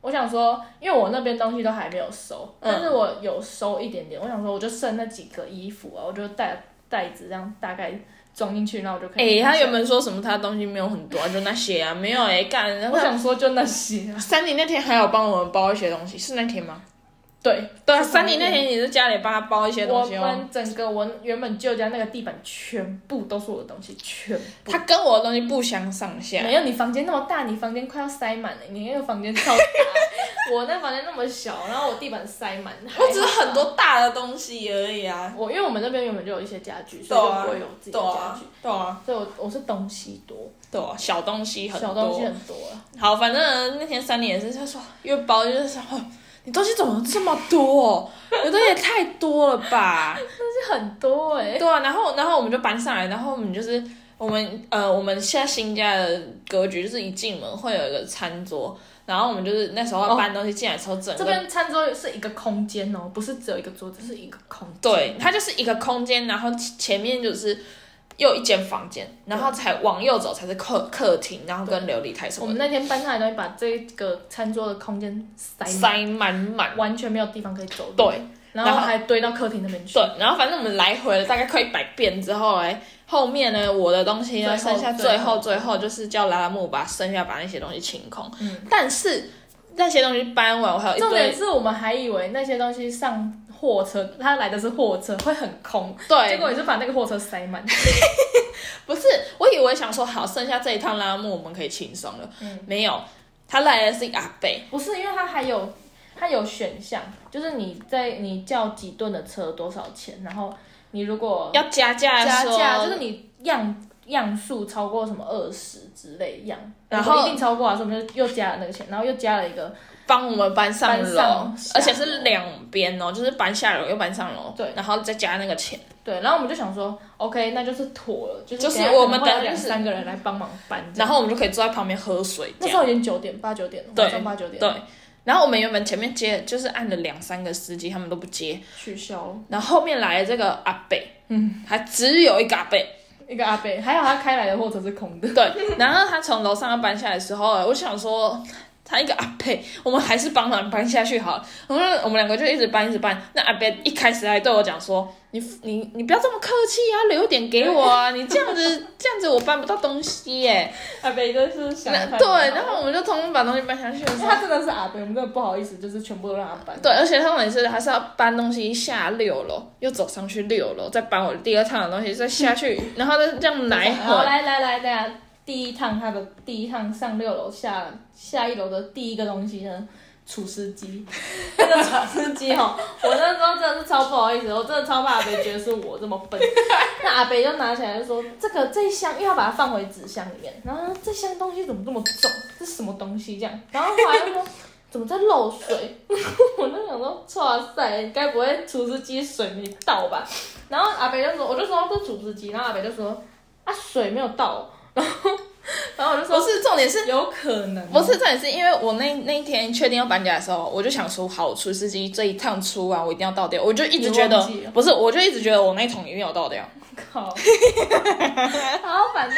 [SPEAKER 1] 我想说，因为我那边东西都还没有收，
[SPEAKER 2] 嗯
[SPEAKER 1] 但是我有收一点点，我想说我就剩那几个衣服啊，我就带袋子这样大概装进去，然后我就可
[SPEAKER 2] 哎、
[SPEAKER 1] 以拿下来。
[SPEAKER 2] 他原本说什么他的东西没有很多、啊，就那些啊，没有哎、干。然
[SPEAKER 1] 我
[SPEAKER 2] 后
[SPEAKER 1] 想说就那些、啊，
[SPEAKER 2] 三林那天还有帮我们包一些东西，是那天吗？
[SPEAKER 1] 对。
[SPEAKER 2] [LAUGHS] 对啊，
[SPEAKER 1] 是同
[SPEAKER 2] 三
[SPEAKER 1] 一
[SPEAKER 2] 林那天你在家里帮他包一些
[SPEAKER 1] 我
[SPEAKER 2] 东西哦。
[SPEAKER 1] 们整个我原本旧家那个地板全部都是我的东西，全部
[SPEAKER 2] 他。跟我的东西不相上下，
[SPEAKER 1] 没有你房间那么大，你房间快要塞满了，你那个房间超
[SPEAKER 2] [LAUGHS]
[SPEAKER 1] 大，我那房间那么小，然后我地板塞满，
[SPEAKER 2] 我
[SPEAKER 1] 还
[SPEAKER 2] 只是
[SPEAKER 1] 好
[SPEAKER 2] 很多大的东西而已啊。
[SPEAKER 1] 我因为我们那边原本就有一些家具，所
[SPEAKER 2] 对
[SPEAKER 1] 以就
[SPEAKER 2] 啊
[SPEAKER 1] 不会有自己
[SPEAKER 2] 对
[SPEAKER 1] 的家
[SPEAKER 2] 啊
[SPEAKER 1] 具，，
[SPEAKER 2] 对啊，
[SPEAKER 1] 所以我我是东西多，
[SPEAKER 2] 对啊，小东西很多。
[SPEAKER 1] 小东西很多啊。
[SPEAKER 2] 好，反正呢那天三林也是，他说越包就是说，哦你东西怎么这么多？有的也太多了吧？
[SPEAKER 1] [LAUGHS] 但是很多哎、
[SPEAKER 2] 对啊，然后然后我们就搬上来，然后我们就是我们呃我们现在新家的格局就是一进门会有一个餐桌，然后我们就是那时候要搬东西进来的时候，整
[SPEAKER 1] 哦这
[SPEAKER 2] 个、
[SPEAKER 1] 边餐桌是一个空间哦，不是只有一个桌子，是一个空间。
[SPEAKER 2] 对它就是一个空间，然后前前面就是。又一间房间，然后才往右走才是客客厅，然后跟琉璃台什
[SPEAKER 1] 我
[SPEAKER 2] 么
[SPEAKER 1] 们
[SPEAKER 2] 的，
[SPEAKER 1] 那天搬上来东西，把这个餐桌的空间塞满，
[SPEAKER 2] 塞满满。
[SPEAKER 1] 完全没有地方可以走路。
[SPEAKER 2] 对，
[SPEAKER 1] 然
[SPEAKER 2] 然
[SPEAKER 1] 后
[SPEAKER 2] 后
[SPEAKER 1] 还堆到客厅那边去。
[SPEAKER 2] 对，然后反正我们来回了大概快一百遍之后，哎，后面呢，我的东西呢，
[SPEAKER 1] 最后
[SPEAKER 2] 剩下
[SPEAKER 1] 最
[SPEAKER 2] 最
[SPEAKER 1] 后
[SPEAKER 2] 后最后就是叫拉拉木把剩下把那些东西清空。
[SPEAKER 1] 嗯
[SPEAKER 2] 但是那些东西搬完，我还有一
[SPEAKER 1] 重点
[SPEAKER 2] 堆，
[SPEAKER 1] 是我们还以为那些东西上货车，它来的是货车，会很空，结
[SPEAKER 2] 对，
[SPEAKER 1] 果也是把那个货车塞满。
[SPEAKER 2] 不是，我以为想说好，剩下这一趟拉拉木我们可以轻松了，
[SPEAKER 1] 嗯
[SPEAKER 2] 没有，他来的是一个阿贝，
[SPEAKER 1] [LAUGHS] 不是，因为它还有它有选项，就是你在你叫几吨的车多少钱，然后你如果
[SPEAKER 2] 要加价
[SPEAKER 1] 加
[SPEAKER 2] 说
[SPEAKER 1] 价，就是你样样数超过什么二十之类样，
[SPEAKER 2] 然后
[SPEAKER 1] 一定超过啊，所以我们就又加了那个钱，然后又加了一个
[SPEAKER 2] 帮我们搬上
[SPEAKER 1] 搬
[SPEAKER 2] 楼，
[SPEAKER 1] 上下
[SPEAKER 2] 而且是两边哦，就是搬下楼又搬上楼，
[SPEAKER 1] 对
[SPEAKER 2] 然后再加那个钱，
[SPEAKER 1] 对，然后我们就想说，OK，那就是妥了，就是
[SPEAKER 2] 就是
[SPEAKER 1] 等一下
[SPEAKER 2] 我们
[SPEAKER 1] 可能会有
[SPEAKER 2] 等
[SPEAKER 1] 两
[SPEAKER 2] 就是
[SPEAKER 1] 三个人来帮忙搬这样，
[SPEAKER 2] 然后我们就可以坐在旁边喝水这
[SPEAKER 1] 那时
[SPEAKER 2] 样。
[SPEAKER 1] 候已经九点八九点了，
[SPEAKER 2] 对
[SPEAKER 1] 晚上八九点
[SPEAKER 2] 对，然后我们原本前面接就是按了两三个司机，他们都不接，
[SPEAKER 1] 取消
[SPEAKER 2] 然后后面来了这个阿贝，嗯，还只有一个阿贝，
[SPEAKER 1] 一个阿贝，还好他开来的货车是空的，
[SPEAKER 2] 对，然后他从楼上要搬下来的时候，我想说。他一个阿贝，我们还是帮忙搬下去好了。我们我们两个就一直搬，一直搬。那阿贝一开始还对我讲说：“你你你不要这么客气啊，留一点给我啊！你这样子
[SPEAKER 1] [LAUGHS]
[SPEAKER 2] 这样子我搬不到东西耶。
[SPEAKER 1] 阿贝就是想
[SPEAKER 2] 那”
[SPEAKER 1] 得太嗯美
[SPEAKER 2] 对，
[SPEAKER 1] 好
[SPEAKER 2] 然后我们就通通把东西搬下去的
[SPEAKER 1] 因
[SPEAKER 2] 时
[SPEAKER 1] 为
[SPEAKER 2] 候，
[SPEAKER 1] 他真的是阿贝，我们真的不好意思，就是全部都让他搬，
[SPEAKER 2] 对，而且他们是还是要搬东西下六楼，又走上去六楼，再搬我第二趟的东西，再下
[SPEAKER 1] [LAUGHS]
[SPEAKER 2] 去，然后再这样来
[SPEAKER 1] 然后
[SPEAKER 2] 回。
[SPEAKER 1] 来来来，大家第一趟他的第一趟上六楼下下一楼的第一个东西呢，厨师机，那个厨师机哦，我那时候真的是超不好意思，我真的超怕阿北觉得是我这么笨，那阿北就拿起来就说这个这一箱，因为要把它放回纸箱里面，然后他说这箱东西怎么这么重，这是什么东西这样，然后后来就说。怎么在漏水？ [LAUGHS] 我就想说，哇塞，该不会厨师机水没倒吧？然后阿北就说，我就说哦这厨师机，然后阿北就说啊，水没有到，然后然后我就
[SPEAKER 2] 不
[SPEAKER 1] 说
[SPEAKER 2] 是重点是
[SPEAKER 1] 有可能
[SPEAKER 2] 不是，这也是因为我那那一天确定要搬家的时候，我就想说，好，厨师机这一趟出完，我一定要倒掉。我就一直觉
[SPEAKER 1] 你
[SPEAKER 2] 得
[SPEAKER 1] 忘记了，
[SPEAKER 2] 不是，我就一直觉得我那一桶一定要倒掉。
[SPEAKER 1] 靠，然后反正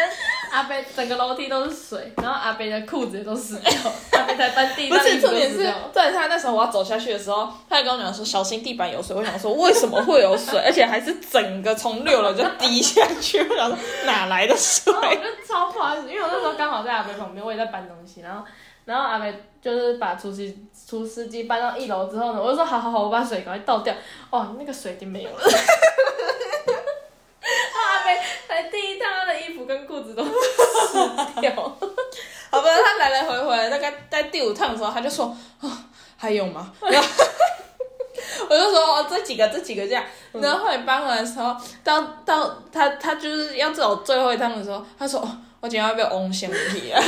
[SPEAKER 1] 阿北整个楼梯都是水，然后阿北的裤子也都湿掉，阿北才搬第一
[SPEAKER 2] 不
[SPEAKER 1] 张
[SPEAKER 2] 是，
[SPEAKER 1] 椅子
[SPEAKER 2] 重
[SPEAKER 1] 都
[SPEAKER 2] 点
[SPEAKER 1] 湿
[SPEAKER 2] 是
[SPEAKER 1] 掉，，
[SPEAKER 2] 重点是他那时候我要走下去的时候，他还跟我讲说小心地板有水。我想说为什么会有水，而且还是整个从六楼就滴下去。我想说哪来的水
[SPEAKER 1] 然？哦后我就超不好意思，因为我那时候刚好在阿北旁边，我也在搬东西，然后然后阿北就是把厨师厨师机搬到一楼之后呢，我就说好好好，我把水赶快倒掉，哦，那个水已经没有了。 [LAUGHS] 然后阿北才第一趟，他的衣服跟裤子都 [LAUGHS] 湿掉。
[SPEAKER 2] 好吧，他来来回回，大概在第五趟的时候，他就说啊、还
[SPEAKER 1] [LAUGHS]
[SPEAKER 2] 有吗？然后我就说哦，这几个这几个这样。
[SPEAKER 1] 嗯
[SPEAKER 2] 然后后来搬完的时候，到到他他就是要走最后一趟的时候，他说哦，我今天要被翁先皮啊。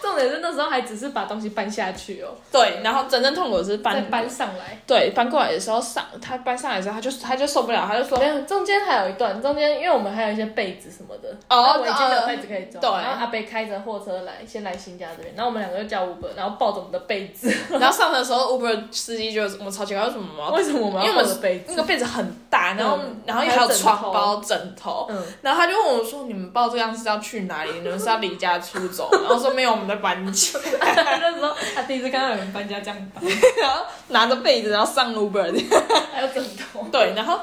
[SPEAKER 1] 重点是那时候还只是把东西搬下去哦，
[SPEAKER 2] [LAUGHS] 对，然后真正痛苦的是
[SPEAKER 1] 再
[SPEAKER 2] 搬
[SPEAKER 1] 搬上来。
[SPEAKER 2] 对搬过来的时候上他搬上来的时候，他就他就受不了，他就说
[SPEAKER 1] 没有，中间还有一段，中间因为我们还有一些被子什么的，
[SPEAKER 2] 哦
[SPEAKER 1] 围巾的被子可以装。
[SPEAKER 2] 对
[SPEAKER 1] 然后阿北开着货车来，先来新家这边，然后我们两个就叫 Uber，然后抱着我们的被子。
[SPEAKER 2] 然后上车的时候，Uber 司机就我们超奇怪，为什么我们要
[SPEAKER 1] 为什么我们要
[SPEAKER 2] 因为我
[SPEAKER 1] 抱
[SPEAKER 2] 们
[SPEAKER 1] 着被子？
[SPEAKER 2] 那个被子很大，然后、
[SPEAKER 1] 嗯
[SPEAKER 2] 然后还
[SPEAKER 1] 还有
[SPEAKER 2] 有
[SPEAKER 1] 枕
[SPEAKER 2] 床
[SPEAKER 1] 头
[SPEAKER 2] 包、枕头，
[SPEAKER 1] 嗯，
[SPEAKER 2] 然后他就问我说：“你们抱这样是要去哪里？你们是要离家出走？”然后说：“没有，我们在搬家。 [LAUGHS]
[SPEAKER 1] 那时候 [LAUGHS] 他第一次看到有人搬家这样搬，”
[SPEAKER 2] 然后拿着被子，然后上 Uber。
[SPEAKER 1] 还有枕头。
[SPEAKER 2] 对，然后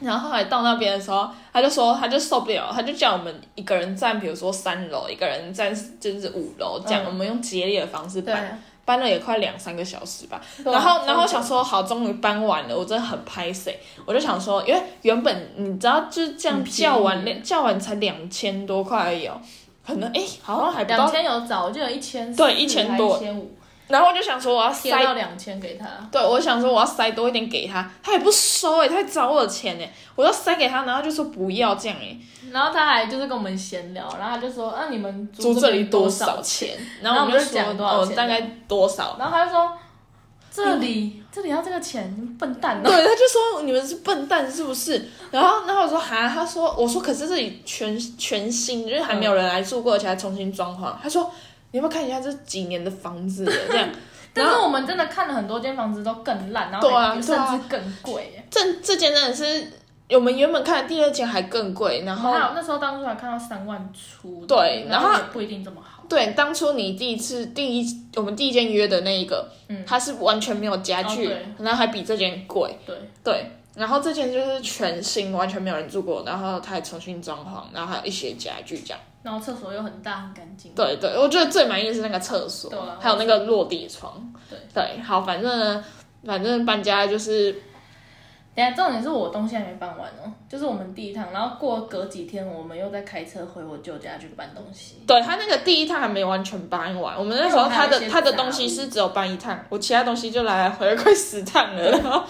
[SPEAKER 2] 然后后来到那边的时候，他就说他就受不了，他就叫我们一个人站，比如说三楼，一个人站就是五楼这样。
[SPEAKER 1] 嗯
[SPEAKER 2] 我们用接力的方式
[SPEAKER 1] 对啊
[SPEAKER 2] 搬，，搬了也快两三个小时吧。
[SPEAKER 1] 对啊
[SPEAKER 2] 然后，然后想说好，终于搬完了，我真的很拍谁。我就想说，因为原本你知道就是这样
[SPEAKER 1] 很便宜
[SPEAKER 2] 叫完，叫完才两千多块而已哦，可能哎、好像还不
[SPEAKER 1] 两
[SPEAKER 2] 到。
[SPEAKER 1] 千有找，我记得一千
[SPEAKER 2] 对1000多
[SPEAKER 1] 一千五，
[SPEAKER 2] 然后我就想说我要
[SPEAKER 1] 贴
[SPEAKER 2] 塞，
[SPEAKER 1] 到两千给他。
[SPEAKER 2] 对我想说我要塞多一点给他，他也不收哎、他还找我的钱哎、我要塞给他，然后他就说不要这样哎、
[SPEAKER 1] 然后他还就是跟我们闲聊，然后他就说，啊那、你们
[SPEAKER 2] 租这
[SPEAKER 1] 这
[SPEAKER 2] 里
[SPEAKER 1] 边
[SPEAKER 2] 多
[SPEAKER 1] 多
[SPEAKER 2] 少
[SPEAKER 1] 少？
[SPEAKER 2] 钱？然
[SPEAKER 1] 然
[SPEAKER 2] 后
[SPEAKER 1] 后我
[SPEAKER 2] 我们
[SPEAKER 1] 们
[SPEAKER 2] 就
[SPEAKER 1] 就
[SPEAKER 2] 说
[SPEAKER 1] 讲多少
[SPEAKER 2] 哦，
[SPEAKER 1] 钱
[SPEAKER 2] 大概多少？
[SPEAKER 1] 然后他就说，这里这里要这个钱，笨蛋哦
[SPEAKER 2] 对，他就说你们是笨蛋是不是？然后，然后我说哈，他说我说可是这里全全新，就是还没有人来住过，而且还重新装潢。他说你要不要看一下这几年的房子耶
[SPEAKER 1] [LAUGHS]
[SPEAKER 2] 这样？然
[SPEAKER 1] 但是
[SPEAKER 2] 后
[SPEAKER 1] 我们真的看了很多间房子都更烂，然后
[SPEAKER 2] 对啊
[SPEAKER 1] 还
[SPEAKER 2] 对啊
[SPEAKER 1] 甚至更贵耶。
[SPEAKER 2] 这这间真的是我们原本看的第二间还更贵，然
[SPEAKER 1] 然
[SPEAKER 2] 后
[SPEAKER 1] 后那时候当初还看到三万出，
[SPEAKER 2] 对
[SPEAKER 1] 然
[SPEAKER 2] 然
[SPEAKER 1] 也
[SPEAKER 2] 后
[SPEAKER 1] 不一定这么好。
[SPEAKER 2] 对当初你第一次第一我们第一间约的那一个，
[SPEAKER 1] 嗯
[SPEAKER 2] 它是完全没有家具，
[SPEAKER 1] 哦
[SPEAKER 2] 然后还比这间贵。
[SPEAKER 1] 对，
[SPEAKER 2] 对，然后这间就是全新，完全没有人住过，然后它还重新装潢，然后还有一些家具这样。
[SPEAKER 1] 然后厕所又很大很干净。
[SPEAKER 2] 对对，我觉得最满意的是那个厕所
[SPEAKER 1] 嗯对啊，
[SPEAKER 2] 还有那个落地窗。
[SPEAKER 1] 对
[SPEAKER 2] 好，反正呢，反正搬家就是
[SPEAKER 1] 等一下重点是我东西还没搬完哦，就是我们第一趟，然后过隔几天我们又在开车回我舅家去搬东西。
[SPEAKER 2] 对他那个第一趟还没完全搬完，我们那时候
[SPEAKER 1] 因为我还
[SPEAKER 2] 他
[SPEAKER 1] 有一
[SPEAKER 2] 的
[SPEAKER 1] 些
[SPEAKER 2] 他的
[SPEAKER 1] 杂
[SPEAKER 2] 东西是只有搬一趟，我其他东西就来来回来快十趟了，然后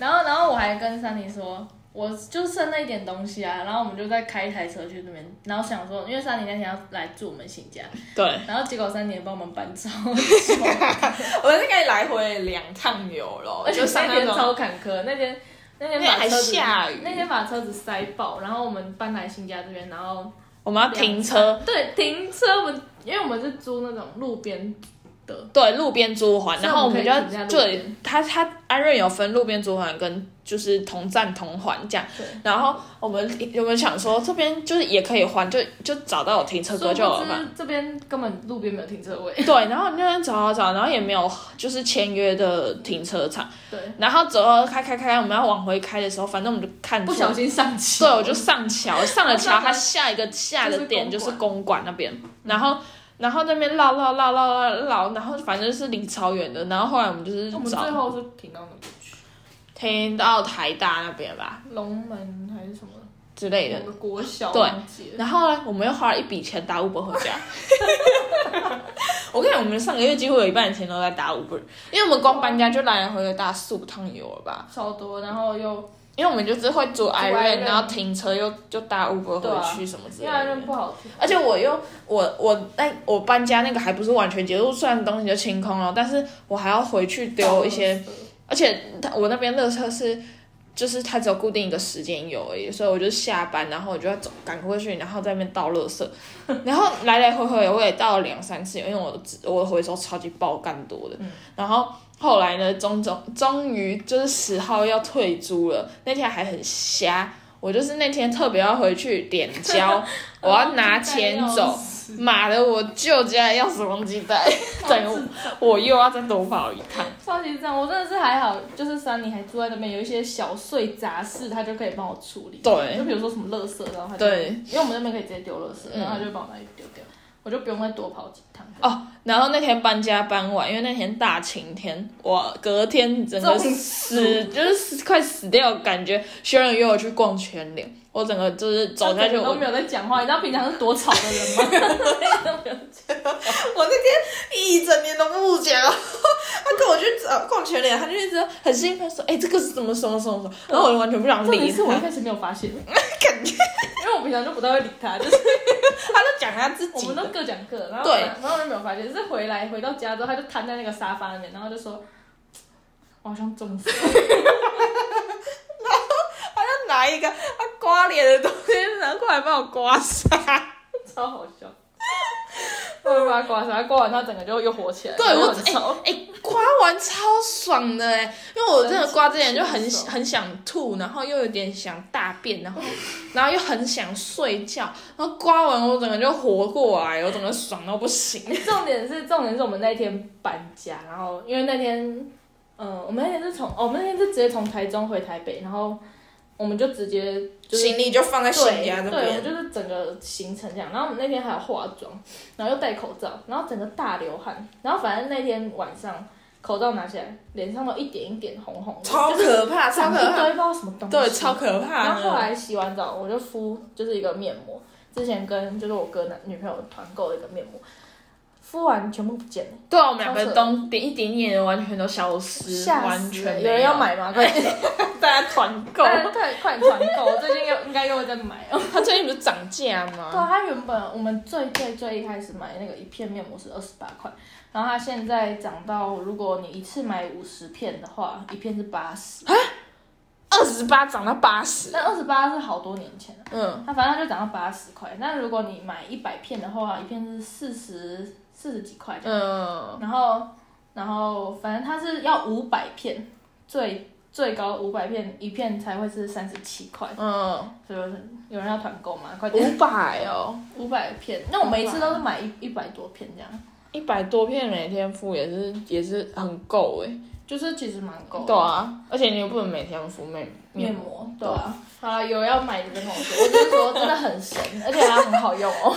[SPEAKER 1] 然后然后我还跟珊妮说，我就剩那一点东西啊，然后我们就再开一台车去那边，然后想说，因为珊妮那天要来住我们新家，
[SPEAKER 2] 对，
[SPEAKER 1] 然后结果珊妮也帮我们搬走，
[SPEAKER 2] [LAUGHS] 我们是可以来回两趟游咯，
[SPEAKER 1] 而且
[SPEAKER 2] 就上
[SPEAKER 1] 那
[SPEAKER 2] 那
[SPEAKER 1] 天
[SPEAKER 2] 种，
[SPEAKER 1] 超坎坷，那天那
[SPEAKER 2] 因
[SPEAKER 1] 天
[SPEAKER 2] 为
[SPEAKER 1] 把
[SPEAKER 2] 还
[SPEAKER 1] 车子
[SPEAKER 2] 下雨，
[SPEAKER 1] 那天把车子塞爆，然后我们搬来新家这边，然后
[SPEAKER 2] 我们要停车，
[SPEAKER 1] 对停车，我们因为我们是租那种路边的，
[SPEAKER 2] 对，路边租还，
[SPEAKER 1] 所以
[SPEAKER 2] 然后
[SPEAKER 1] 我
[SPEAKER 2] 我
[SPEAKER 1] 们
[SPEAKER 2] 们
[SPEAKER 1] 可
[SPEAKER 2] 就
[SPEAKER 1] 以
[SPEAKER 2] 要
[SPEAKER 1] 停在路
[SPEAKER 2] 对
[SPEAKER 1] 边
[SPEAKER 2] 他他安润有分路边租还跟就是同站同还这样
[SPEAKER 1] 对，
[SPEAKER 2] 然后我们我们想说这边就是也可以还，就就找到有停车格
[SPEAKER 1] 殊
[SPEAKER 2] 就有
[SPEAKER 1] 不
[SPEAKER 2] 了嘛。
[SPEAKER 1] 知这边根本路边没有停车位，
[SPEAKER 2] [LAUGHS] 对，然后那边找啊找找，然后也没有就是签约的停车场，
[SPEAKER 1] 对，
[SPEAKER 2] 然后之后开开开，我们要往回开的时候，反正我们就看
[SPEAKER 1] 不
[SPEAKER 2] 错
[SPEAKER 1] 小心上骑
[SPEAKER 2] 对，，我就上桥，上
[SPEAKER 1] [LAUGHS]
[SPEAKER 2] 了桥，
[SPEAKER 1] 上了
[SPEAKER 2] 它下一个下的点
[SPEAKER 1] 就
[SPEAKER 2] 就是是公馆那边，
[SPEAKER 1] 嗯
[SPEAKER 2] 然后然后那边绕绕绕绕绕绕，然后反正是离超远的，然后后来我们就是
[SPEAKER 1] 我们最
[SPEAKER 2] 找
[SPEAKER 1] 后是停到哪里去？
[SPEAKER 2] 听到台大那边吧
[SPEAKER 1] 龙门还是什么？
[SPEAKER 2] 之类的
[SPEAKER 1] 某，个国小
[SPEAKER 2] 对
[SPEAKER 1] 忘记了
[SPEAKER 2] 然后呢，我们又花了一笔钱打 Uber 回家。 [LAUGHS] 我跟你讲，我们上个月几乎有一半的钱都在打 Uber，因为我们光搬家就来来回回搭四五趟油了吧。
[SPEAKER 1] 超多，然后又
[SPEAKER 2] 因为我们就是会租 i r o
[SPEAKER 1] Iron
[SPEAKER 2] n 然后停车又就搭 Uber
[SPEAKER 1] 对啊
[SPEAKER 2] 回去什么之
[SPEAKER 1] 因
[SPEAKER 2] 类
[SPEAKER 1] 为
[SPEAKER 2] 的。
[SPEAKER 1] 那边不好停，
[SPEAKER 2] 而且我又我我那我搬家那个还不是完全结束，虽然东西就清空了，但是我还要回去丢一些，而且它我那边垃圾是。就是它只有固定一个时间有而已，所以我就下班，然后我就要走赶过去，然后在那边倒垃圾， [LAUGHS] 然后来来回回我也倒了两三次，因为我的纸我的回收超级爆干多的。
[SPEAKER 1] 嗯
[SPEAKER 2] 然后后来呢，终终终于就是十号要退租了，那天还很瞎，我就是那天特别要回去点交，我要拿钱
[SPEAKER 1] 哦
[SPEAKER 2] 走，妈的，我舅家要死忘记带，等于 [LAUGHS] 我我又要再多跑一趟。
[SPEAKER 1] 超级赞！我真的是还好，就是珊妮还住在那边，有一些小碎杂事，她就可以帮我处理。
[SPEAKER 2] 对
[SPEAKER 1] 就比如说什么垃圾，然后她就，
[SPEAKER 2] 对
[SPEAKER 1] 因为我们那边可以直接丢垃圾，
[SPEAKER 2] 嗯
[SPEAKER 1] 然后她就帮我来丢掉，我就不用再多跑几趟。
[SPEAKER 2] 哦，然后那天搬家搬完，因为那天大晴天，我隔天整个
[SPEAKER 1] 中暑
[SPEAKER 2] 死，就是死快死掉的感觉。学长约我去逛全联，我整个就是走下去，
[SPEAKER 1] 她
[SPEAKER 2] 我
[SPEAKER 1] 都没有在讲话，你知道平常是多吵的人吗？
[SPEAKER 2] [LAUGHS]
[SPEAKER 1] [LAUGHS]
[SPEAKER 2] 我那天一整年都不讲，他啊跟我去找逛全联，他就一直很兴奋说：“哎、这个是什么什么什么什么。”然后我就完全不想
[SPEAKER 1] 重
[SPEAKER 2] 理 [LAUGHS]
[SPEAKER 1] 点是我一
[SPEAKER 2] 他，
[SPEAKER 1] 开始没有发现，因为我平常就不太会理她，就是
[SPEAKER 2] 他就讲他自
[SPEAKER 1] 我
[SPEAKER 2] 己
[SPEAKER 1] 们
[SPEAKER 2] 的。
[SPEAKER 1] 都各讲各的，然后
[SPEAKER 2] 对
[SPEAKER 1] 然后我就没有发现，是回来回到家之后，他就瘫在那个沙发那边，然后就说，我好像中暑，
[SPEAKER 2] 他拿一个他刮脸的东西，然后过来帮我刮痧。
[SPEAKER 1] [LAUGHS] 超好笑。我就把他刮痧，他刮完他整个就又火起来了，
[SPEAKER 2] 对我
[SPEAKER 1] 很 [LAUGHS] 丑。
[SPEAKER 2] 哎、刮完超爽的哎、因为我真的刮之前就很
[SPEAKER 1] 真的
[SPEAKER 2] 很想吐，然后又有点想大便，然后 [LAUGHS] 然后又很想睡觉，然后刮完我整个就活过来，我整个爽到不行。
[SPEAKER 1] 重点是重点是我们那天搬家，然后因为那天，呃，我们那天是从、哦，我们那天是直接从台中回台北，然后我们就直接就是
[SPEAKER 2] 行李就放在
[SPEAKER 1] 对对，我们就是整个行程这样。然后我们那天还有化妆，然后又戴口罩，然后整个大流汗。然后反正那天晚上口罩拿起来，脸上都一点一点红红的，就是
[SPEAKER 2] 可
[SPEAKER 1] [LAUGHS]
[SPEAKER 2] 怕
[SPEAKER 1] 长一堆不知道什么东西。
[SPEAKER 2] 对，超可
[SPEAKER 1] 然
[SPEAKER 2] 怕
[SPEAKER 1] 后后
[SPEAKER 2] 的。
[SPEAKER 1] 来洗完澡，我就敷就是一个面膜，之前跟就是我哥男女朋友团购的一个面膜，敷完全部不见了，
[SPEAKER 2] 对啊，我们两个东点一点点完全都消失，
[SPEAKER 1] 吓
[SPEAKER 2] 完
[SPEAKER 1] 死了！
[SPEAKER 2] 全
[SPEAKER 1] 有人要买吗？快点，
[SPEAKER 2] [LAUGHS] 大家团
[SPEAKER 1] [LAUGHS]
[SPEAKER 2] 购。
[SPEAKER 1] 快快快团购！最近又应该又会再买哦。
[SPEAKER 2] 他最近不是涨价吗？
[SPEAKER 1] 对啊，它原本我们最最最一开始买那个一片面膜是二十八块，然后它现在涨到，如果你一次买五十片的话，一片是八十。
[SPEAKER 2] 二十八涨到八十，
[SPEAKER 1] 但二十八是好多年前了、
[SPEAKER 2] 嗯，
[SPEAKER 1] 它反正它就涨到八十块。那如果你买一百片的话，一片是四十四十几块这样。
[SPEAKER 2] 嗯，
[SPEAKER 1] 然后，然后反正它是要五百片，最最高五百片，一片才会是三十七块。
[SPEAKER 2] 嗯，
[SPEAKER 1] 所以有人要团购吗？快点，
[SPEAKER 2] 五百哦，
[SPEAKER 1] 五百片。那我每一次都是买一一百多片这样。
[SPEAKER 2] 一百多片每天敷也是也是很够哎、
[SPEAKER 1] 就是其实蛮够的
[SPEAKER 2] 对啊，而且你又不能每天敷面
[SPEAKER 1] 面
[SPEAKER 2] 面膜，
[SPEAKER 1] 膜，对啊，好啦有要买的跟我说，我就是说真的很神，而且它很好用哦。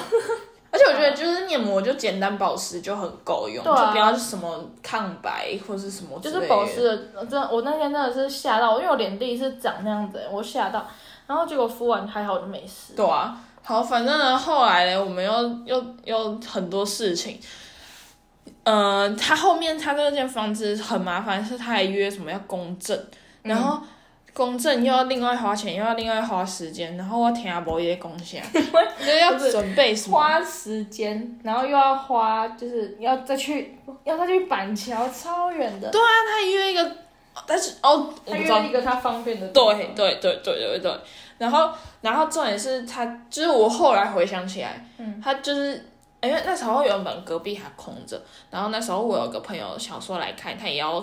[SPEAKER 2] 而且我觉得就是面膜就简单保湿就很够用，
[SPEAKER 1] 对啊
[SPEAKER 2] 就不要什么抗白或是什么 [LAUGHS] 之
[SPEAKER 1] 就
[SPEAKER 2] 类的，
[SPEAKER 1] 是保湿的，真的，我那天真的是吓到，因为我脸第一次长那样子，我吓到，然后结果敷完还好，我就没事。
[SPEAKER 2] 对啊，好，反正呢，后来呢，我们又又又很多事情。呃，他后面他那间房子很麻烦，是他还约什么要公证，然后公证又要另外花钱，又要另外花时间，然后我听无伊在讲啥，就要准备什么？
[SPEAKER 1] 花时间，然后又要花，就是要再去，要再去板桥，超远的。
[SPEAKER 2] 那他约一个，但是哦，我
[SPEAKER 1] 他
[SPEAKER 2] 不知道
[SPEAKER 1] 约一个他方便的地方。
[SPEAKER 2] 对对对对对对，然后然后重点是他，就是我后来回想起来，嗯，他就是因为那时候原本隔壁还空着，然后那时候我有个朋友想说来看，他也要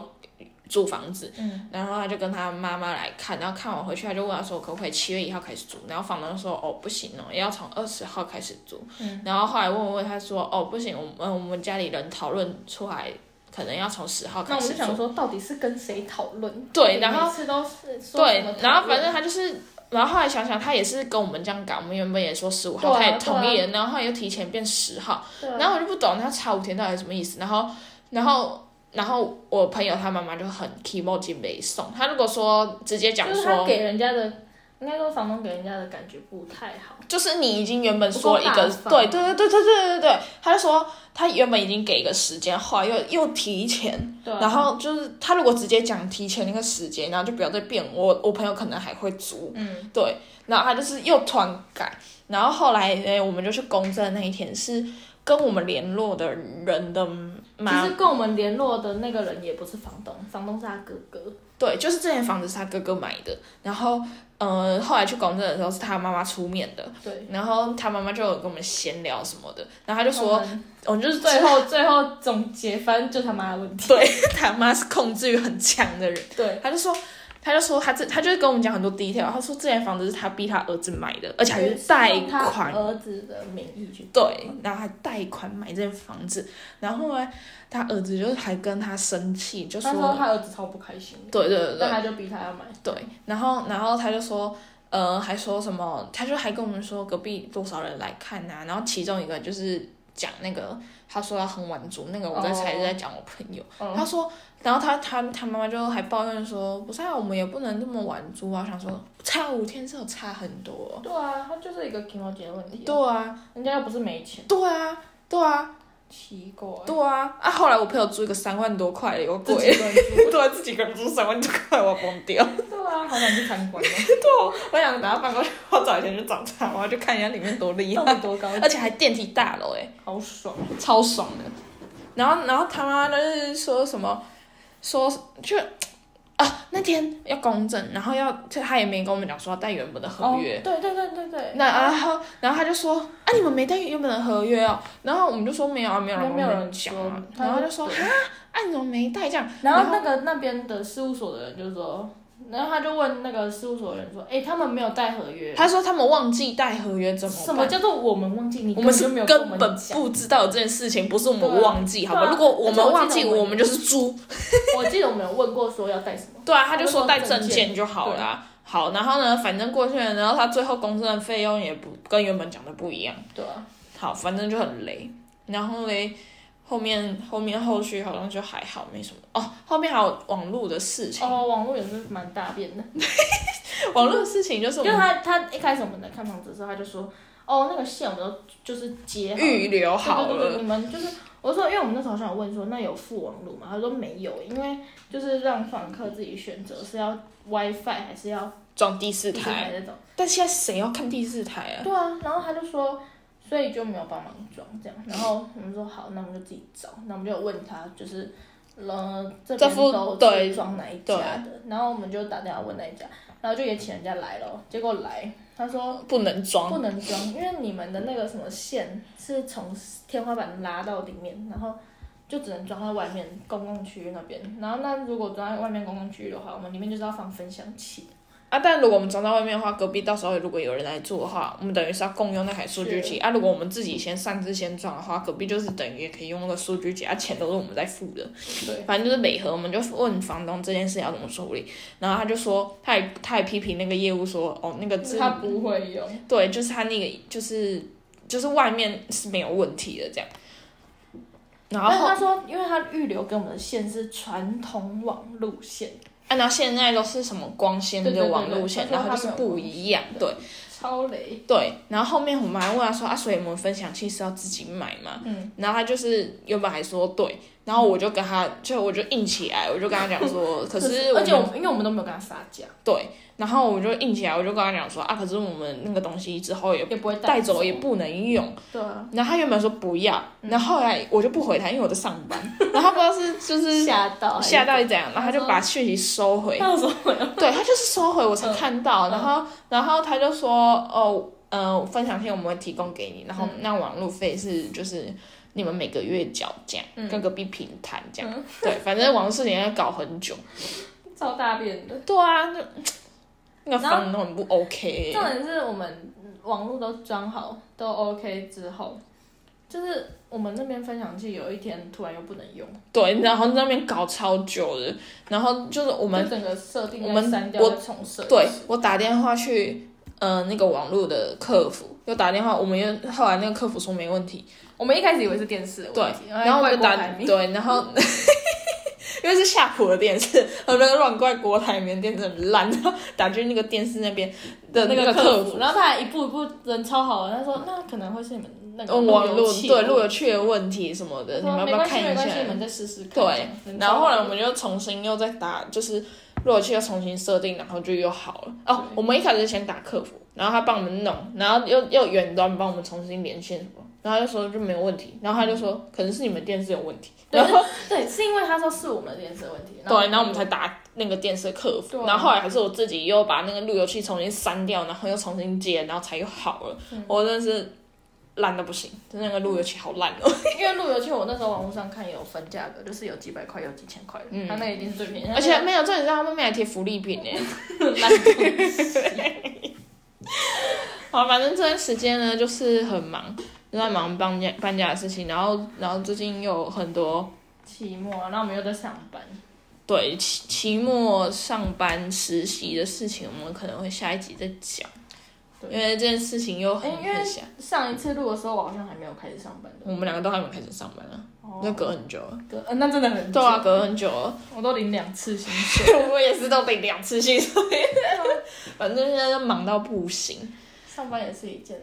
[SPEAKER 2] 租房子，嗯，然后他就跟他妈妈来看，然后看完回去他就问他说可不可以七月一号开始租，然后房东说哦不行哦，要从二十号开始租，嗯，然后后来问问他说哦不行，我们我们家里人讨论出来。可能要从十号
[SPEAKER 1] 那
[SPEAKER 2] 开
[SPEAKER 1] 我
[SPEAKER 2] 始
[SPEAKER 1] 就
[SPEAKER 2] 租。
[SPEAKER 1] 想说，到底是跟谁讨论？
[SPEAKER 2] 对然后
[SPEAKER 1] 每次都是说
[SPEAKER 2] 对
[SPEAKER 1] 什么，讨论
[SPEAKER 2] 然后反正他就是，然后后来想想，他也是跟我们这样搞，我们原本也说十五号，
[SPEAKER 1] 对啊
[SPEAKER 2] 他也同意了，然后后来又提前变十号，
[SPEAKER 1] 对啊
[SPEAKER 2] 然后我就不懂他差五天到底什么意思，然后，然后。然后我朋友他妈妈就很 emoji 没送，他如果说直接讲
[SPEAKER 1] 就是他
[SPEAKER 2] 说，
[SPEAKER 1] 给人家的，应该说房东给人家的感觉不太好。
[SPEAKER 2] 就是你已经原本说了一个
[SPEAKER 1] 不够，大方
[SPEAKER 2] 对对对对对对对对，他就说他原本已经给一个时间，后来又又提前，
[SPEAKER 1] 对啊，
[SPEAKER 2] 然后就是他如果直接讲提前那个时间，然后就不要再变我，我朋友可能还会租，嗯，对，然后他就是又突然改，然后后来诶、我们就去公证那一天是跟我们联络的人的
[SPEAKER 1] 其
[SPEAKER 2] 妈，
[SPEAKER 1] 实跟我们联络的那个人也不是房东，房东是他哥哥。
[SPEAKER 2] 对，就是这间房子是他哥哥买的，然后呃后来去公证的时候是他妈妈出面的，
[SPEAKER 1] 对，
[SPEAKER 2] 然后他妈妈就有跟我们闲聊什么的，然后他就
[SPEAKER 1] 我
[SPEAKER 2] 说，
[SPEAKER 1] 们
[SPEAKER 2] 我们就
[SPEAKER 1] [LAUGHS]
[SPEAKER 2] 是
[SPEAKER 1] 最
[SPEAKER 2] 最后
[SPEAKER 1] 后最后总结，反正就他妈的问题。
[SPEAKER 2] 他妈是控制欲很强的人。
[SPEAKER 1] 对，
[SPEAKER 2] 他就说，他就说他这，他就跟我们讲很多 detail。他说这间房子是他逼他儿子买的，而且还是贷
[SPEAKER 1] 用他
[SPEAKER 2] 款。
[SPEAKER 1] 儿子的名义去做
[SPEAKER 2] 对，然后还贷款买这间房子，然后呢，他儿子就还跟他生气，就
[SPEAKER 1] 他说
[SPEAKER 2] 说，
[SPEAKER 1] 他儿子超不开心的，
[SPEAKER 2] 对对对
[SPEAKER 1] 但
[SPEAKER 2] 对
[SPEAKER 1] 他就逼他要买。
[SPEAKER 2] 对，然后然后他就说，呃，还说什么，他就还跟我们说隔壁多少人来看呐、然后其中一个就是讲那个，他说他很晚租，那个我在猜是在讲我朋友。
[SPEAKER 1] 嗯，
[SPEAKER 2] 他说，然后他他他妈妈就还抱怨说，不是啊，我们也不能这么晚租啊。我想说，差五天是有差很多。
[SPEAKER 1] 对啊，他就是一个 i m o 的问题啊。
[SPEAKER 2] 对啊，
[SPEAKER 1] 人家又不是没钱，
[SPEAKER 2] 对啊，对啊，
[SPEAKER 1] 奇怪，
[SPEAKER 2] 对啊。啊，后来我朋友租一个三万多块的，有
[SPEAKER 1] 自
[SPEAKER 2] 鬼。
[SPEAKER 1] 己关注。
[SPEAKER 2] [LAUGHS] 对啊，自己一个人租三万多块，我要疯掉。
[SPEAKER 1] 对啊，好想去参 [LAUGHS] 观哦，
[SPEAKER 2] [LAUGHS] 我想拿到办公室，我找钱去找他，我要去看一下里面多厉
[SPEAKER 1] 到
[SPEAKER 2] 害，
[SPEAKER 1] 底多高级，
[SPEAKER 2] 而且还电梯大楼哎、
[SPEAKER 1] 好爽。啊
[SPEAKER 2] 超爽的。然后，然后他妈就是说什么，说就啊那天要公证，然后要就他也没跟我们讲说要带原本的合约。
[SPEAKER 1] 哦对对对对对。
[SPEAKER 2] 那然后，然后他就说啊，你们没带原本的合约哦。然后我们就说没有啊，没有人
[SPEAKER 1] 没有
[SPEAKER 2] 跟我
[SPEAKER 1] 人
[SPEAKER 2] 们讲啊。
[SPEAKER 1] 说
[SPEAKER 2] 然后就
[SPEAKER 1] 他
[SPEAKER 2] 说
[SPEAKER 1] 就
[SPEAKER 2] 啊，啊你怎么没带这样？
[SPEAKER 1] 然后那个那边的事务所的人就说，然后他就问那个事务所的人说，哎，他们没有带合约，
[SPEAKER 2] 他说他们忘记带合约怎么
[SPEAKER 1] 什么
[SPEAKER 2] 办？
[SPEAKER 1] 叫做我们忘记你？
[SPEAKER 2] 我们
[SPEAKER 1] 就是没有跟我
[SPEAKER 2] 根
[SPEAKER 1] 们
[SPEAKER 2] 本
[SPEAKER 1] 讲。
[SPEAKER 2] 不知道这件事情，不是我
[SPEAKER 1] 对
[SPEAKER 2] 们
[SPEAKER 1] 啊
[SPEAKER 2] 忘记，好吧？
[SPEAKER 1] 对啊
[SPEAKER 2] 如果我
[SPEAKER 1] 而且我
[SPEAKER 2] 们
[SPEAKER 1] 记得
[SPEAKER 2] 忘记，
[SPEAKER 1] 我们
[SPEAKER 2] 我们就是猪。
[SPEAKER 1] 我记得我们有问过说要带什么，
[SPEAKER 2] 对啊，他就说带
[SPEAKER 1] 他就说
[SPEAKER 2] 证
[SPEAKER 1] 证
[SPEAKER 2] 件就好了啊。好，然后呢，反正过去了，然后他最后公证的费用也不跟原本讲的不一样。
[SPEAKER 1] 对啊，
[SPEAKER 2] 好，反正就很雷。然后嘞，后面后面后续好像就还好，没什么哦。后面还有网络的事情，
[SPEAKER 1] 哦，网络也是蛮大变的，
[SPEAKER 2] 网络的事情就是我
[SPEAKER 1] 因为
[SPEAKER 2] 们
[SPEAKER 1] 他他一开始我们来看房子的时候，他就说，哦，那个线我们都就是接好了
[SPEAKER 2] 预留好
[SPEAKER 1] 对对对，
[SPEAKER 2] 了。
[SPEAKER 1] 你们就是我说，因为我们那时候想问说，那有付网路吗？他说没有，因为就是让访客自己选择是要 WiFi 还是要
[SPEAKER 2] 装第四
[SPEAKER 1] 地台
[SPEAKER 2] 台，
[SPEAKER 1] 那种。
[SPEAKER 2] 但现在谁要看第四台
[SPEAKER 1] [LAUGHS]
[SPEAKER 2] 啊？
[SPEAKER 1] 对啊，然后他就说，所以就没有帮忙装这样。然后我们说好，那我们就自己找。那我们就有问他，就是呃这
[SPEAKER 2] 这
[SPEAKER 1] 边
[SPEAKER 2] 副
[SPEAKER 1] 都
[SPEAKER 2] 对
[SPEAKER 1] 是装哪一家的，然后我们就打电话问那一家，然后就也请人家来了，结果来他说。
[SPEAKER 2] 不能装，
[SPEAKER 1] 不能装，因为你们的那个什么线是从天花板拉到里面，然后就只能装在外面公共区域那边。然后那如果装在外面公共区域的话，我们里面就是要放分享器。
[SPEAKER 2] 啊，但如果我们装在外面的话，隔壁到时候如果有人来住的话，我们等于是要共用那台数据机啊。如果我们自己先擅自先装的话，隔壁就是等于也可以用那个数据机，啊，钱都是我们在付的。
[SPEAKER 1] 对，
[SPEAKER 2] 反正就是每盒，我们就问房东这件事要怎么处理，然后他就说，他也他也批评那个业务说，哦，那个字
[SPEAKER 1] 他不会用。
[SPEAKER 2] 对，就是他那个就是就是外面是没有问题的这样。然
[SPEAKER 1] 但
[SPEAKER 2] 后
[SPEAKER 1] 他说，因为他预留给我们的线是传统网路线，
[SPEAKER 2] 按照啊现在都是什么光纤
[SPEAKER 1] 对对
[SPEAKER 2] 的
[SPEAKER 1] 对
[SPEAKER 2] 网
[SPEAKER 1] 对
[SPEAKER 2] 路
[SPEAKER 1] 他
[SPEAKER 2] 线，
[SPEAKER 1] 说
[SPEAKER 2] 然后
[SPEAKER 1] 他
[SPEAKER 2] 就是
[SPEAKER 1] 没有
[SPEAKER 2] 不
[SPEAKER 1] 光
[SPEAKER 2] 一样，对。
[SPEAKER 1] 超雷。
[SPEAKER 2] 对，然后后面我们还问他说啊，所以我们分享器是要自己买吗？
[SPEAKER 1] 嗯，
[SPEAKER 2] 然后他就是原本还说对，然后我就跟他，就我就硬起来，我就跟他讲 [LAUGHS] 说，可是我
[SPEAKER 1] 而且
[SPEAKER 2] 们
[SPEAKER 1] 我们因为我们都没有跟他撒娇，
[SPEAKER 2] 对，然后我就硬起来，我就跟他讲说啊，可是我们那个东西之后也
[SPEAKER 1] 也不会
[SPEAKER 2] 带
[SPEAKER 1] 走，
[SPEAKER 2] 走也不能用。
[SPEAKER 1] 对啊，
[SPEAKER 2] 然后他原本说不要，然后后来我就不回他，因为我在上班。 [LAUGHS] 然后他不知道是就是
[SPEAKER 1] 吓到欸
[SPEAKER 2] 吓到底怎样，然后他就把讯息收回。
[SPEAKER 1] 到时候 [LAUGHS]
[SPEAKER 2] [LAUGHS] 对他就是收回我才看到，
[SPEAKER 1] 嗯
[SPEAKER 2] 然后然后他就说哦，呃，分享信我们会提供给你，然
[SPEAKER 1] 嗯
[SPEAKER 2] 后那网路费是就是你们每个月缴这样，
[SPEAKER 1] 嗯
[SPEAKER 2] 跟隔壁平摊这样，
[SPEAKER 1] 嗯
[SPEAKER 2] 对，反正网络事情要搞很久。
[SPEAKER 1] 超大便的。
[SPEAKER 2] 对啊，那那个
[SPEAKER 1] 然后
[SPEAKER 2] 房东很不 OK，欸
[SPEAKER 1] 重点是我们网络都装好都 OK 之后，就是我们那边分享器有一天突然又不能用，
[SPEAKER 2] 对，然后在那边搞超久的，然后就是我
[SPEAKER 1] 我
[SPEAKER 2] 们
[SPEAKER 1] 整个设定
[SPEAKER 2] 我们
[SPEAKER 1] 要删掉
[SPEAKER 2] 我
[SPEAKER 1] 再重设，
[SPEAKER 2] 对我打电话去，呃，那个网络的客服又打电话，我们又后来那个客服说没问题，
[SPEAKER 1] 我们一开始以为是电视的问题，
[SPEAKER 2] 然后我
[SPEAKER 1] 哎怪
[SPEAKER 2] 就打
[SPEAKER 1] 郭台铭
[SPEAKER 2] 对，然后
[SPEAKER 1] [LAUGHS]
[SPEAKER 2] 因为是夏普的电视，我那个乱怪郭台铭的电视很烂，然后打去那个电视那边的那个
[SPEAKER 1] 客
[SPEAKER 2] 客服，
[SPEAKER 1] 然后他还一步一步人超好的，他说那可能会是你们那个
[SPEAKER 2] 嗯，网
[SPEAKER 1] 路
[SPEAKER 2] 络
[SPEAKER 1] 由器哦
[SPEAKER 2] 对路由器的问题什么的，
[SPEAKER 1] 对啊
[SPEAKER 2] 你们要
[SPEAKER 1] 没
[SPEAKER 2] 不要
[SPEAKER 1] 关系
[SPEAKER 2] 看
[SPEAKER 1] 没
[SPEAKER 2] 一下
[SPEAKER 1] 关？系，你们再试试看。
[SPEAKER 2] 对
[SPEAKER 1] 人超
[SPEAKER 2] 然后后
[SPEAKER 1] 好
[SPEAKER 2] 来我们就重新又再打，就是路由器又重新设定，然后就又好了。哦
[SPEAKER 1] 对，
[SPEAKER 2] 我们一开始是先打客服，然后他帮我们弄，然后又又远端帮我们重新连线什么，然后他就说就没有问题，然后他就说可能是你们电视有问题，
[SPEAKER 1] 对
[SPEAKER 2] 然后
[SPEAKER 1] [LAUGHS] 对，是因为他说是我们的电视的问题，
[SPEAKER 2] 对，然后我们才打那个电视客
[SPEAKER 1] 对
[SPEAKER 2] 服，
[SPEAKER 1] 啊
[SPEAKER 2] 然后后来还是我自己又把那个路由器重新删掉，然后又重新接，然后才又好了。
[SPEAKER 1] 嗯
[SPEAKER 2] 我真的是烂的不行，就那个路由器好烂哦，
[SPEAKER 1] 因为路由器，我那时候网络上看有分价格，就是有几百块，有几千块的，
[SPEAKER 2] 嗯
[SPEAKER 1] 他那个一定是最便宜，
[SPEAKER 2] [LAUGHS] 而且没有重点是他后面还贴福利品呢。欸
[SPEAKER 1] 它那个烂东西
[SPEAKER 2] [LAUGHS] 好，反正这段时间呢就是很忙，就在忙搬家搬家的事情，然后然后最近又有很多
[SPEAKER 1] 期末，啊然后我们又在上班，
[SPEAKER 2] 对期期末上班实习的事情，我们可能会下一集再讲，
[SPEAKER 1] 对
[SPEAKER 2] 因为这件事情又很
[SPEAKER 1] 哎因为
[SPEAKER 2] 很想，
[SPEAKER 1] 上一次录的时候，我好像还没有开始上班的，
[SPEAKER 2] 我们两个都还没开始上班啊，
[SPEAKER 1] 哦
[SPEAKER 2] 那隔很久了，
[SPEAKER 1] 隔呃那真的很久
[SPEAKER 2] 对啊，，隔很久
[SPEAKER 1] [LAUGHS]
[SPEAKER 2] 了，
[SPEAKER 1] 我都领两次薪水，
[SPEAKER 2] 我也是都得两次性，所以反正现在就忙到不行。
[SPEAKER 1] 上班也是一件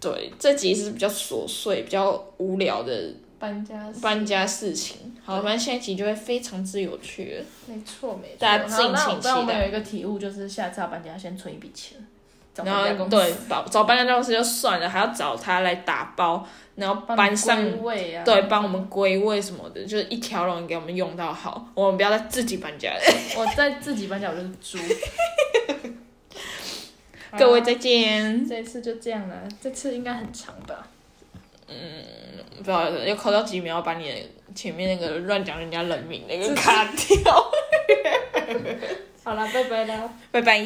[SPEAKER 2] 对，这集是比较琐碎、比较无聊的
[SPEAKER 1] 搬家事，
[SPEAKER 2] 搬家事情。好，反正下一集就会非常之有趣了。
[SPEAKER 1] 没错没错，
[SPEAKER 2] 大家敬请
[SPEAKER 1] 然后那
[SPEAKER 2] 期待
[SPEAKER 1] 那我们有一个体悟，就是下次要搬家先存一笔钱，找
[SPEAKER 2] 然
[SPEAKER 1] 搬家
[SPEAKER 2] 后
[SPEAKER 1] 公司，
[SPEAKER 2] 对，找找搬家公司就算了，还要找他来打包，然后
[SPEAKER 1] 帮
[SPEAKER 2] 搬
[SPEAKER 1] 你
[SPEAKER 2] 上，
[SPEAKER 1] 归位啊，
[SPEAKER 2] 对，帮我们归位什么的，就是一条龙给我们用到好，我们不要再自己搬家了。
[SPEAKER 1] 我在自己搬家我就是猪。
[SPEAKER 2] [LAUGHS]
[SPEAKER 1] 啊
[SPEAKER 2] 各位再见，
[SPEAKER 1] 这一次就这样了，这次应该很长吧？
[SPEAKER 2] 不知道要扣到几秒，把你的前面那个乱讲人家人名那个卡掉，
[SPEAKER 1] 好了，拜拜啦。
[SPEAKER 2] 拜拜。